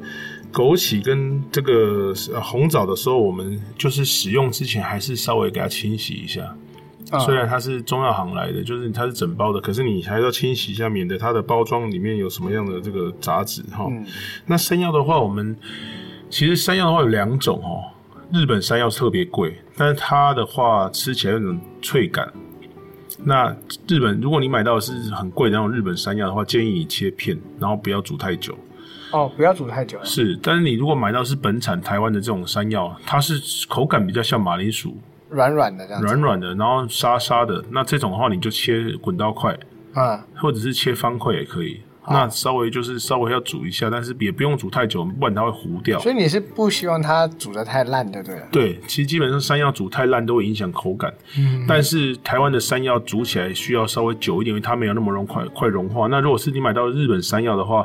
枸杞跟这个呃红枣的时候，我们就是使用之前还是稍微给它清洗一下。
嗯
虽然它是中药行来的，就是它是整包的，可是你还是要清洗一下，免得它的包装里面有什么样的这个杂质哈。
嗯
那山药的话，我们其实山药的话有两种哦，日本山药特别贵，但是它的话吃起来有种脆感。那日本，如果你买到的是很贵的那种日本山药的话，建议你切片，然后不要煮太久。
哦，不要煮太久了。
是，但是你如果买到是本产台湾的这种山药，它是口感比较像马铃薯，
软软的这样子。
软软的，然后沙沙的。那这种的话，你就切滚刀块，
啊，
或者是切方块也可以。那稍微就是稍微要煮一下，但是也不用煮太久，不然它会糊掉
所。以你是不希望它煮的太烂，就对了。
对，其实基本上山药煮太烂都会影响口感。嗯，但是台湾的山药煮起来需要稍微久一点，因为它没有那么容快快融化。那如果是你买到日本山药的话，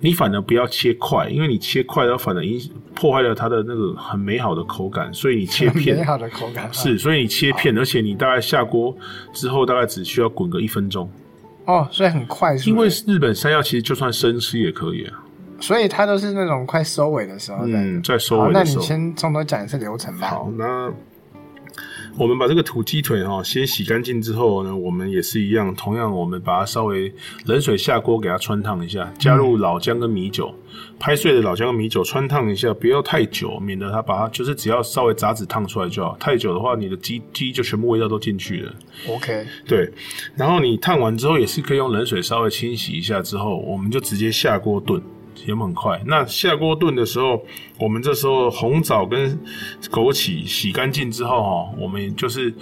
你反而不要切块，因为你切块的话，反而影破坏了它的那个很美好的口感。所以你切片
美好的口感
是，所以你切
啊
片，而且你大概下锅之后，大概只需要滚个一分钟。
哦，所以很快速，
因为日本山药其实就算生吃也可以啊。
所以它都是那种快收尾的时候的。
嗯，在收
好，
尾
那
的
你
时候。
先从头讲一次流程吧。
好，那我们把这个土鸡腿哈、先洗干净之后呢，我们也是一样，同样我们把它稍微冷水下锅给它穿烫一下，加入老姜跟米酒，拍碎的老姜跟米酒穿烫一下，不要太久，免得它把它就是只要稍微杂质烫出来就好，太久的话你的鸡鸡就全部味道都进去了。
OK，
对，然后你烫完之后也是可以用冷水稍微清洗一下之后，我们就直接下锅炖，也很快。那下锅炖的时候，我们这时候红枣跟枸杞洗干净之后哦，我们就是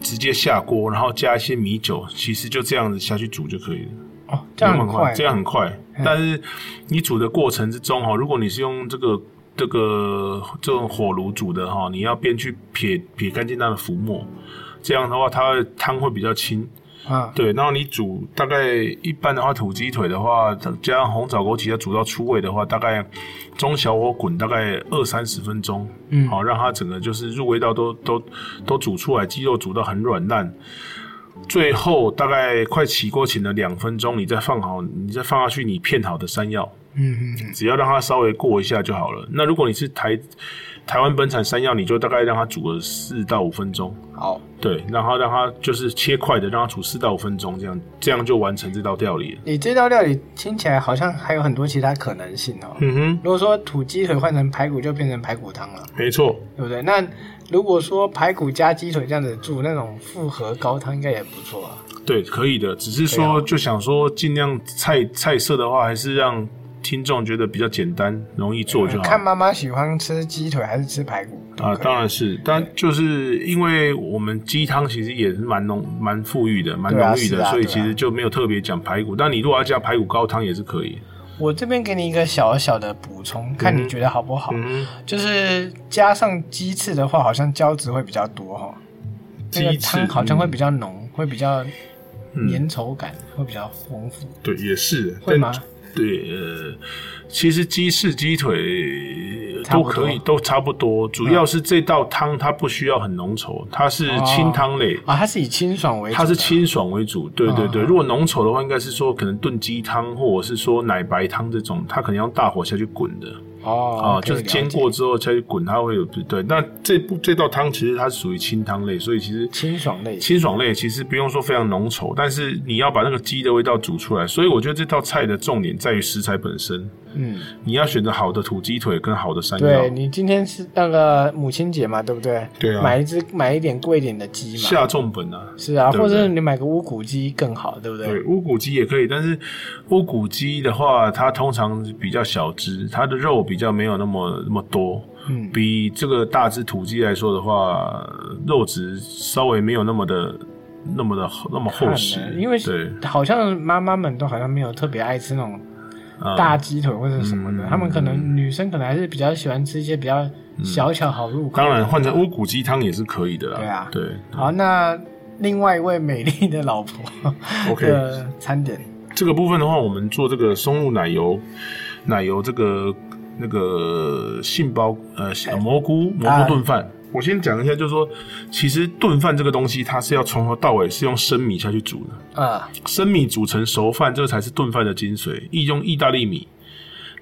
直接下锅，然后加一些米酒，其实就这样子下去煮就可以了。
哦，这样很快，
这样很快。但是你煮的过程之中哦哈，如果你是用这个这个这种火炉煮的哈，你要边去撇撇干净它的浮沫，这样的话它的汤会比较清。
啊，
对，然后你煮大概一般的话，土鸡腿的话，加上红枣枸杞，要煮到出味的话，大概中小火滚大概二三十分钟，嗯，好、让它整个就是入味道都都都煮出来，鸡肉煮到很软烂。最后大概快起锅前的两分钟，你再放好，你再放下去你片好的山药，
嗯嗯嗯，
只要让它稍微过一下就好了。那如果你是台台湾本产山药，你就大概让它煮了四到五分钟，
好，
对，然后让它就是切块的，让它煮四到五分钟，这样这样就完成这道料理了。
你这道料理听起来好像还有很多其他可能性哦。
嗯哼，
如果说土鸡腿换成排骨，就变成排骨汤了，
没错，
对不对？那如果说排骨加鸡腿这样子煮那种复合高汤，应该也不错啊。
对，可以的。只是
对啊
说，就想说尽量菜菜色的话，还是让听众觉得比较简单、容易做就好。
看妈妈喜欢吃鸡腿还是吃排骨都
啊，
可以
当然是，但就是因为我们鸡汤其实也是蛮浓、蛮富裕的、蛮
对啊
浓郁
是
的，
啊
所以
对啊
其实就没有特别讲排骨。但你如果要加排骨高汤也是可以。
我这边给你一个小小的补充，看你觉得好不好？
嗯，
就是加上鸡翅的话，好像胶质会比较多哈、哦，那个
鸡翅
汤好像会比较浓，会比较
嗯
粘稠感、会比较丰富，
对，也是。
会吗？
对，呃，其实鸡翅、鸡腿
差
都
不多
可以，都差不多。主要是这道汤它不需要很浓稠，它是
哦
清汤类。
啊，它是以清爽为主的，
它是清爽为主，对
嗯
对对。如果浓稠的话，应该是说可能炖鸡汤或者是说奶白汤这种，它可能要大火下去滚的。
哦
哦，，就是
可以
煎
了解
过之后再去滚，它会有对。那这部这道汤其实它是属于清汤类，所以其实
清爽类。
清爽类其实不用说非常浓稠，但是你要把那个鸡的味道煮出来。所以我觉得这道菜的重点在于食材本身，
嗯，
你要选择好的土鸡腿跟好的山
对
药，
你今天是那个母亲节嘛，对不对？
对啊
买一只买一点贵一点的鸡嘛，
下重本啊。
是啊，
对不
或
对
者是你买个乌骨鸡更好，对不对？
对，乌骨鸡也可以，但是乌骨鸡的话，它通常比较小只，它的肉比较没有那么那么多。
嗯
比这个大只土鸡来说的话，肉质稍微没有那么的、那么的、那么厚
看
实
了，因为
对
好像妈妈们都好像没有特别爱吃那种
嗯
大鸡腿或者什么的，
嗯
他们可能女生可能还是比较喜欢吃一些比较小巧好入口。
当然换成乌骨鸡汤也是可以的啦。
对啊
对
好，那另外一位美丽的老婆
OK
的餐点，
这个部分的话，我们做这个松露奶油、奶油这个那个杏鲍呃杏蘑菇蘑菇炖饭。我先讲一下，就是说，其实炖饭这个东西，它是要从头到尾是用生米下去煮的。
啊，
生米煮成熟饭，这个才是炖饭的精髓。一用意大利米，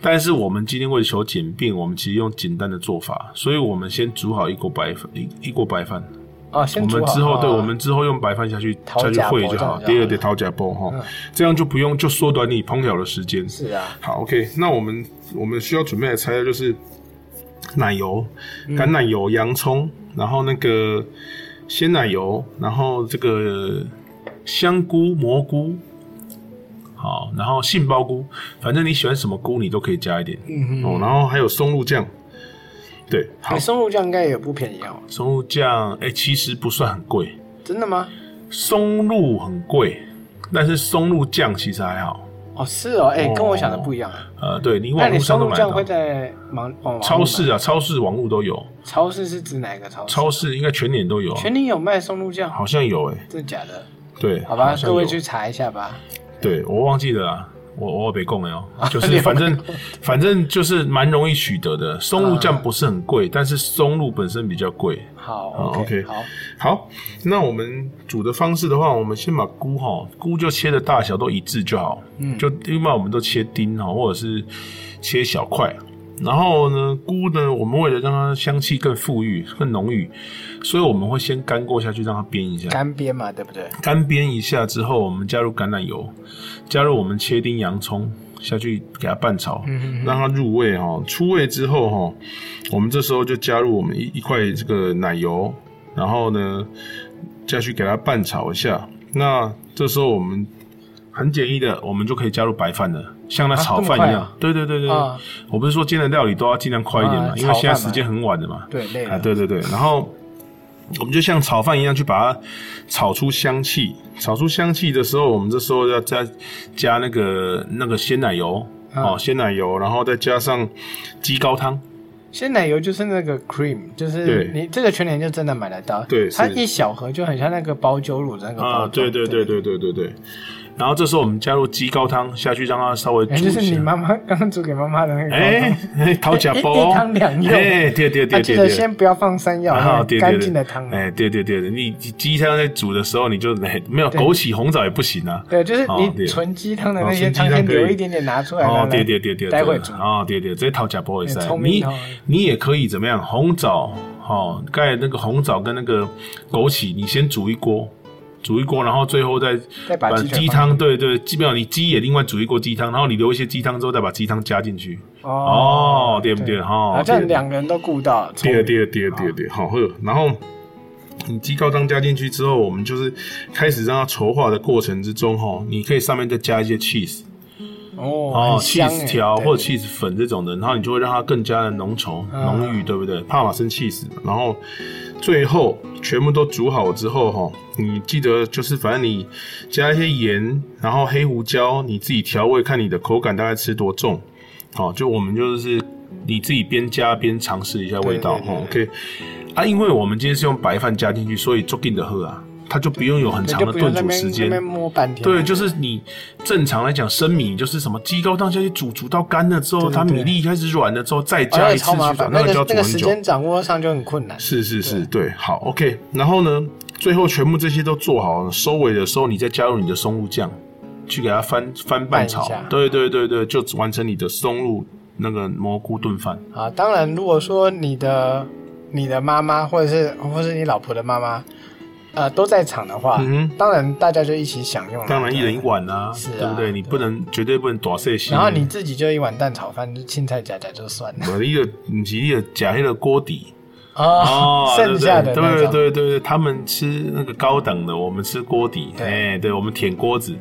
但是我们今天为求简便，我们其实用简单的做法，所以我们先煮好一锅白饭，一一锅白饭。
哦，先
我
煮
们
好
之后，对，
啊
我们之后用白饭下去
陶
下去
甲
烩
煲
就
这样
好，第
就好
二
了
点陶甲包哈，这样就不用就缩短你烹调的时间。
是啊，
好，OK，那我们我们需要准备的材料就是奶油、
嗯
橄榄油、洋葱，然后那个鲜奶油，然后这个香菇、蘑菇，好，然后杏鲍菇，反正你喜欢什么菇你都可以加一点、
嗯
哦，然后还有松露酱，对，好
哼，，松露酱应该也不便宜哦，
松露酱，哎、其实不算很贵，
真的吗？
松露很贵，但是松露酱其实还好，
哦，是哦，哎、
哦
跟我想的不一样。
呃，对你
那
网
你
络上
松
都
露
买得
酱
到
会。在网网
超市
啊？
啊，超市网络都有，
超市是指哪一个超市？
超市应该全年都有啊，
全年有卖松露酱，
好像有哎、
真的假的？
对，
好吧，
像
各位
有
去查一下吧。
对我忘记了啊，我我被供了 哦，就是反正反正就是蛮容易取得的，松露
嗯
酱不是很贵，但是松露本身比较贵。
好
好
，OK，
，OK
好，
好，那我们煮的方式的话，我们先把菇哈，菇就切的大小都一致就好，嗯，就因为我们都切丁哈，或者是切小块。然后呢，菇呢，我们为了让它香气更富裕、更浓郁，所以我们会先干过下去，让它煸一下。
干煸嘛，对不对？
干煸一下之后，我们加入橄榄油，加入我们切丁洋葱下去给它拌炒，让它入味哈、哦。出味之后哈、哦，我们这时候就加入我们一一块这个奶油，然后呢下去给它拌炒一下。那这时候我们很简易的，我们就可以加入白饭了，像那炒饭一样。
啊
对对对对，
啊
我不是说煎的料理都要尽量快一点嘛，
啊
因为现在
炒饭嘛
时间很晚了嘛。
对，累
啊，
了。
对对对，然后我们就像炒饭一样去把它炒出香气。炒出香气的时候，我们这时候要加加那个那个鲜奶油、
嗯
哦，鲜奶油，然后再加上鸡高汤。
鲜奶油就是那个 cream，就是
对
你这个全年就真的买得到。
对
它
是
一小盒就很像那个包酒乳的那个包
啊，
装
对对对，对对对对。然后这时候我们加入鸡高汤下去，让它稍微煮
哎，
一
就是你
下。
妈妈 刚刚煮给妈妈的那个高
哎
汤，
哎，讨假包
一一汤两用
哎，对对
啊
对
记
对
得
对，
先不要放山药，
啊，
那
对对对，
干净的汤。
哎，对对对，你鸡鸡汤在煮的时候，你就哎没有枸杞红枣也不行啊。
对，就是
哦
你
对
纯鸡汤的
哦
那
纯
些
鸡
汤，
汤
先
可以
留一点点拿出来。
哦
拿来，
对对对对，
待会煮。
哦，对对，这讨假包也是
哎。聪明
你
哦
你也可以怎么样？红枣，哦，盖那个红枣跟那个枸杞，你先煮一锅。煮一锅，然后最后再
再把鸡腿
鸡
放
汤，对对，基本上你鸡也另外煮一锅鸡汤，然后你留一些鸡汤之后，再把鸡汤加进去。哦，对不对？哈
啊，，这样两个人都顾到。
对
聪
了，
明
对了，对了，对了，对了，好喝。然后你鸡高汤加进去之后，我们就是开始让它稠化的过程之中，哈，你可以上面再加一些 cheese
哦，
哦
很香
，cheese
哎
条
对啊
或者 cheese 粉这种的，然后你就会让它更加的浓稠、浓郁，对不对？帕玛森 cheese，然后最后全部都煮好之后，哈，你记得就是反正你加一些盐，然后黑胡椒，你自己调味，看你的口感大概吃多重。好，就我们就是你自己边加边尝试一下味道哈。OK，啊，因为我们今天是用白饭加进去，所以就定的喝啊，它就不用有很
你
长
就
的
不用
炖
在那
煮
边
时
那
间
边。摸半天。
对，就是你正常来讲，生米就是什么鸡高汤下去煮，煮到干了之后，
对
它
对
米粒开始软了之后，再
哦那
加
个
一次
超
去
麻
煮
烦，，
那
那
个
个
就要
那
煮
个
很
时
久。
间掌握上就很困难。
是是是，对，好，OK。然后呢，最后全部这些都做好了，收尾的时候你再加入你的松露酱，去给它翻翻
拌
拌
一
炒
下。
对对对对，就完成你的松露那个蘑菇炖饭。
啊，当然，如果说你的你的妈妈，或者是或是你老婆的妈妈，呃，都在场的话，
嗯哼
当然大家就一起享用了。
当然一人一
对。
碗啊，
是啊
对不对？你不能绝对不能短碎心。
然后你自己就一碗蛋炒饭，就青菜夹夹就算了。
我的一个，你是一个假黑的锅底
哦， 剩下的
对
那
不对
种，
对对对，他们吃那个高档的，我们吃锅底，
对
哎，对我们舔锅子，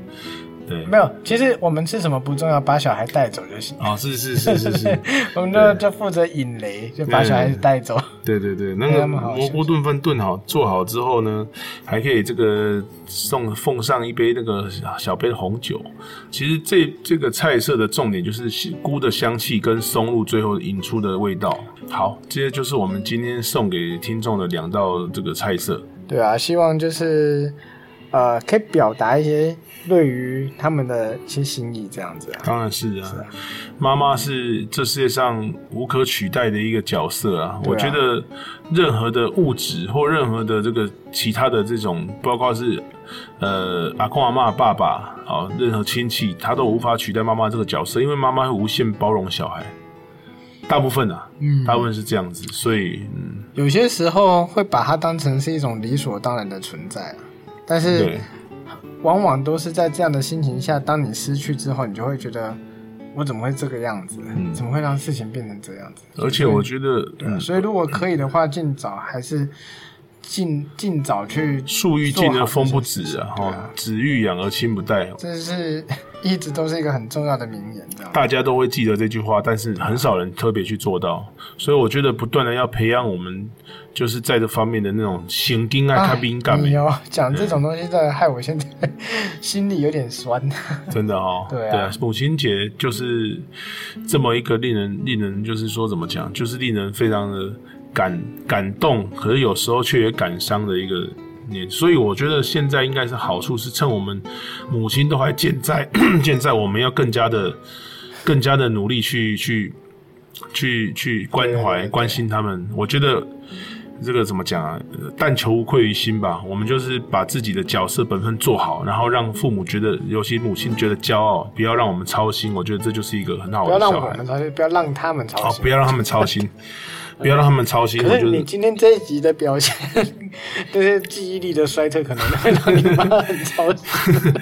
对，
没有。其实我们吃什么不重要，把小孩带走就行。
哦，是是是是 是，
我们就就负责引雷，就把小孩子带走。
对对对，那
哎
个
他们好
蘑菇炖饭炖好做好之后呢，还可以这个送奉上一杯那个小杯的红酒。其实这这个菜色的重点就是菇的香气跟松露最后引出的味道。好，这些就是我们今天送给听众的两道这个菜色。
对啊，希望就是呃，可以表达一些对于他们的一些心意，这样子啊。
当然是啊，妈妈是这世界上无可取代的一个角色啊。
对啊
我觉得任何的物质或任何的这个其他的这种，包括是呃阿公阿妈、爸爸啊、任何亲戚，他都无法取代妈妈这个角色，因为妈妈会无限包容小孩。大部分啊，嗯，大部分是这样子，所以嗯，
有些时候会把它当成是一种理所当然的存在啊，但是
对，
往往都是在这样的心情下，当你失去之后，你就会觉得我怎么会这个样子？怎么会让事情变成这样子？
而且我觉得，嗯，
所以如果可以的话，尽早还是尽尽早去
树欲静而风不止啊，
做好这件事情对
哈，子欲养而亲不待，
这是一直都是一个很重要的名言，这啊样。
大家都会记得这句话，但是很少人特别去做到。所以我觉得不断的要培养我们，就是在这方面的那种行经啊、看敏感
哎你
的，
哦，讲这
嗯
种东西，真的害我现在 心里有点酸。
真的哦。
对啊
母亲节就是这么一个令人令人就是说怎么讲，就是令人非常的感感动，可是有时候却也感伤的一个。年。所以我觉得现在应该是好处是趁我们母亲都还健在， 健在我们要更加的、更加的努力去去去去关
对对
怀、
对
关心他们。我觉得这个怎么讲啊？呃但求无愧于心吧。我们就是把自己的角色本分做好，然后让父母觉得，尤其母亲觉得骄傲，不要让我们操心。我觉得这就是一个很好
不要
的
让
小
我
孩
们。操心，不要让他们操
哦，
心
不。要让他们操心，不要让他们操心。
可
我
是
觉
你
得
今天这一集的表现， 这些记忆力的衰退，可能会让你妈很 操心。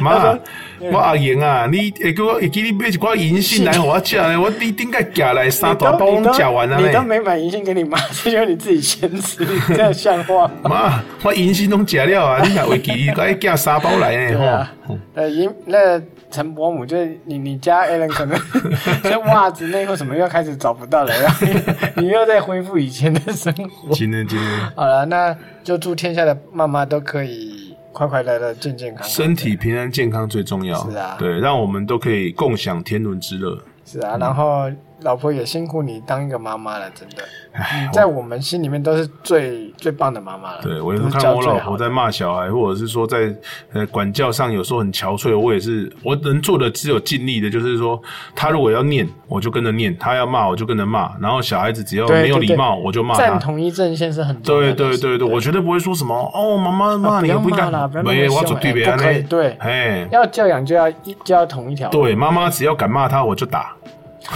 妈，我阿莹啊，你会给我会给你买一罐银杏来给我吃呢？我你顶个寄来三大包，我吃完了啊
你都
呢。
没买银杏给你妈，这就是你自己先吃，你这样像话吗？
妈，我银杏拢吃了啊，你还会 给该寄三包来
对
呢？
啊
吼，
呃，银那陈伯母就是你，你家 Alan 可能 像袜子、内裤什么又开始找不到了，然后 你你又在恢复以前的生活。
今天今天。
好了，那就祝天下的妈妈都可以快快乐乐、健健康康。
身体平安健康最重要。
是啊
对，让我们都可以共享天伦之乐。
是啊，然后老婆也辛苦你当一个妈妈了，真的，
唉，
在我们心里面都是最最棒的妈妈了。
对我有时候
嗯都是
看
教
我
最
老
好
婆
的
在骂小孩，或者是说在呃管教上有时候很憔悴，我也是我能做的只有尽力的，就是说他如果要念，我就跟着念；他要骂，我就跟着骂。然后小孩子只要
对
没有
对
礼
对
貌，我就骂
站
他。
同一阵线是很重要
对
的
对
事
对对，我绝对不会说什么哦，妈妈骂你
啊
应
不要
该
骂啦不要，那么
没有，我
凶
绝对
哎
别
不可以
安尼
对
哎，
要教养就要一就要同一条。
对，妈妈只要敢骂他，我就 打。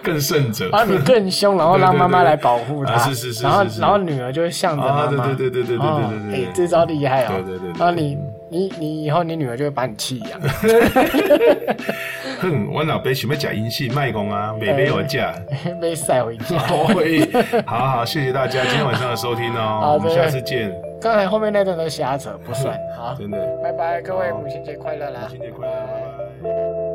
更胜者
然后你更凶，然后让妈妈来保护
啊
她，
是是是
然后
是是
然后女儿就会向着妈妈，
啊对对对对对对
哦
对对对
哎，这招厉害哦，
对对对对嗯对
然后你你你以后你女儿就会把你弃养，
哼，我老爸想要假银戏卖公啊，美美有价。
被晒回家。
哦，好好，谢谢大家今天晚上的收听哦，
好
我们
对
下次见，
刚才后面那段都瞎扯，不算好，
真的，
拜拜，各位母亲节快乐啦！
新年快乐，拜拜。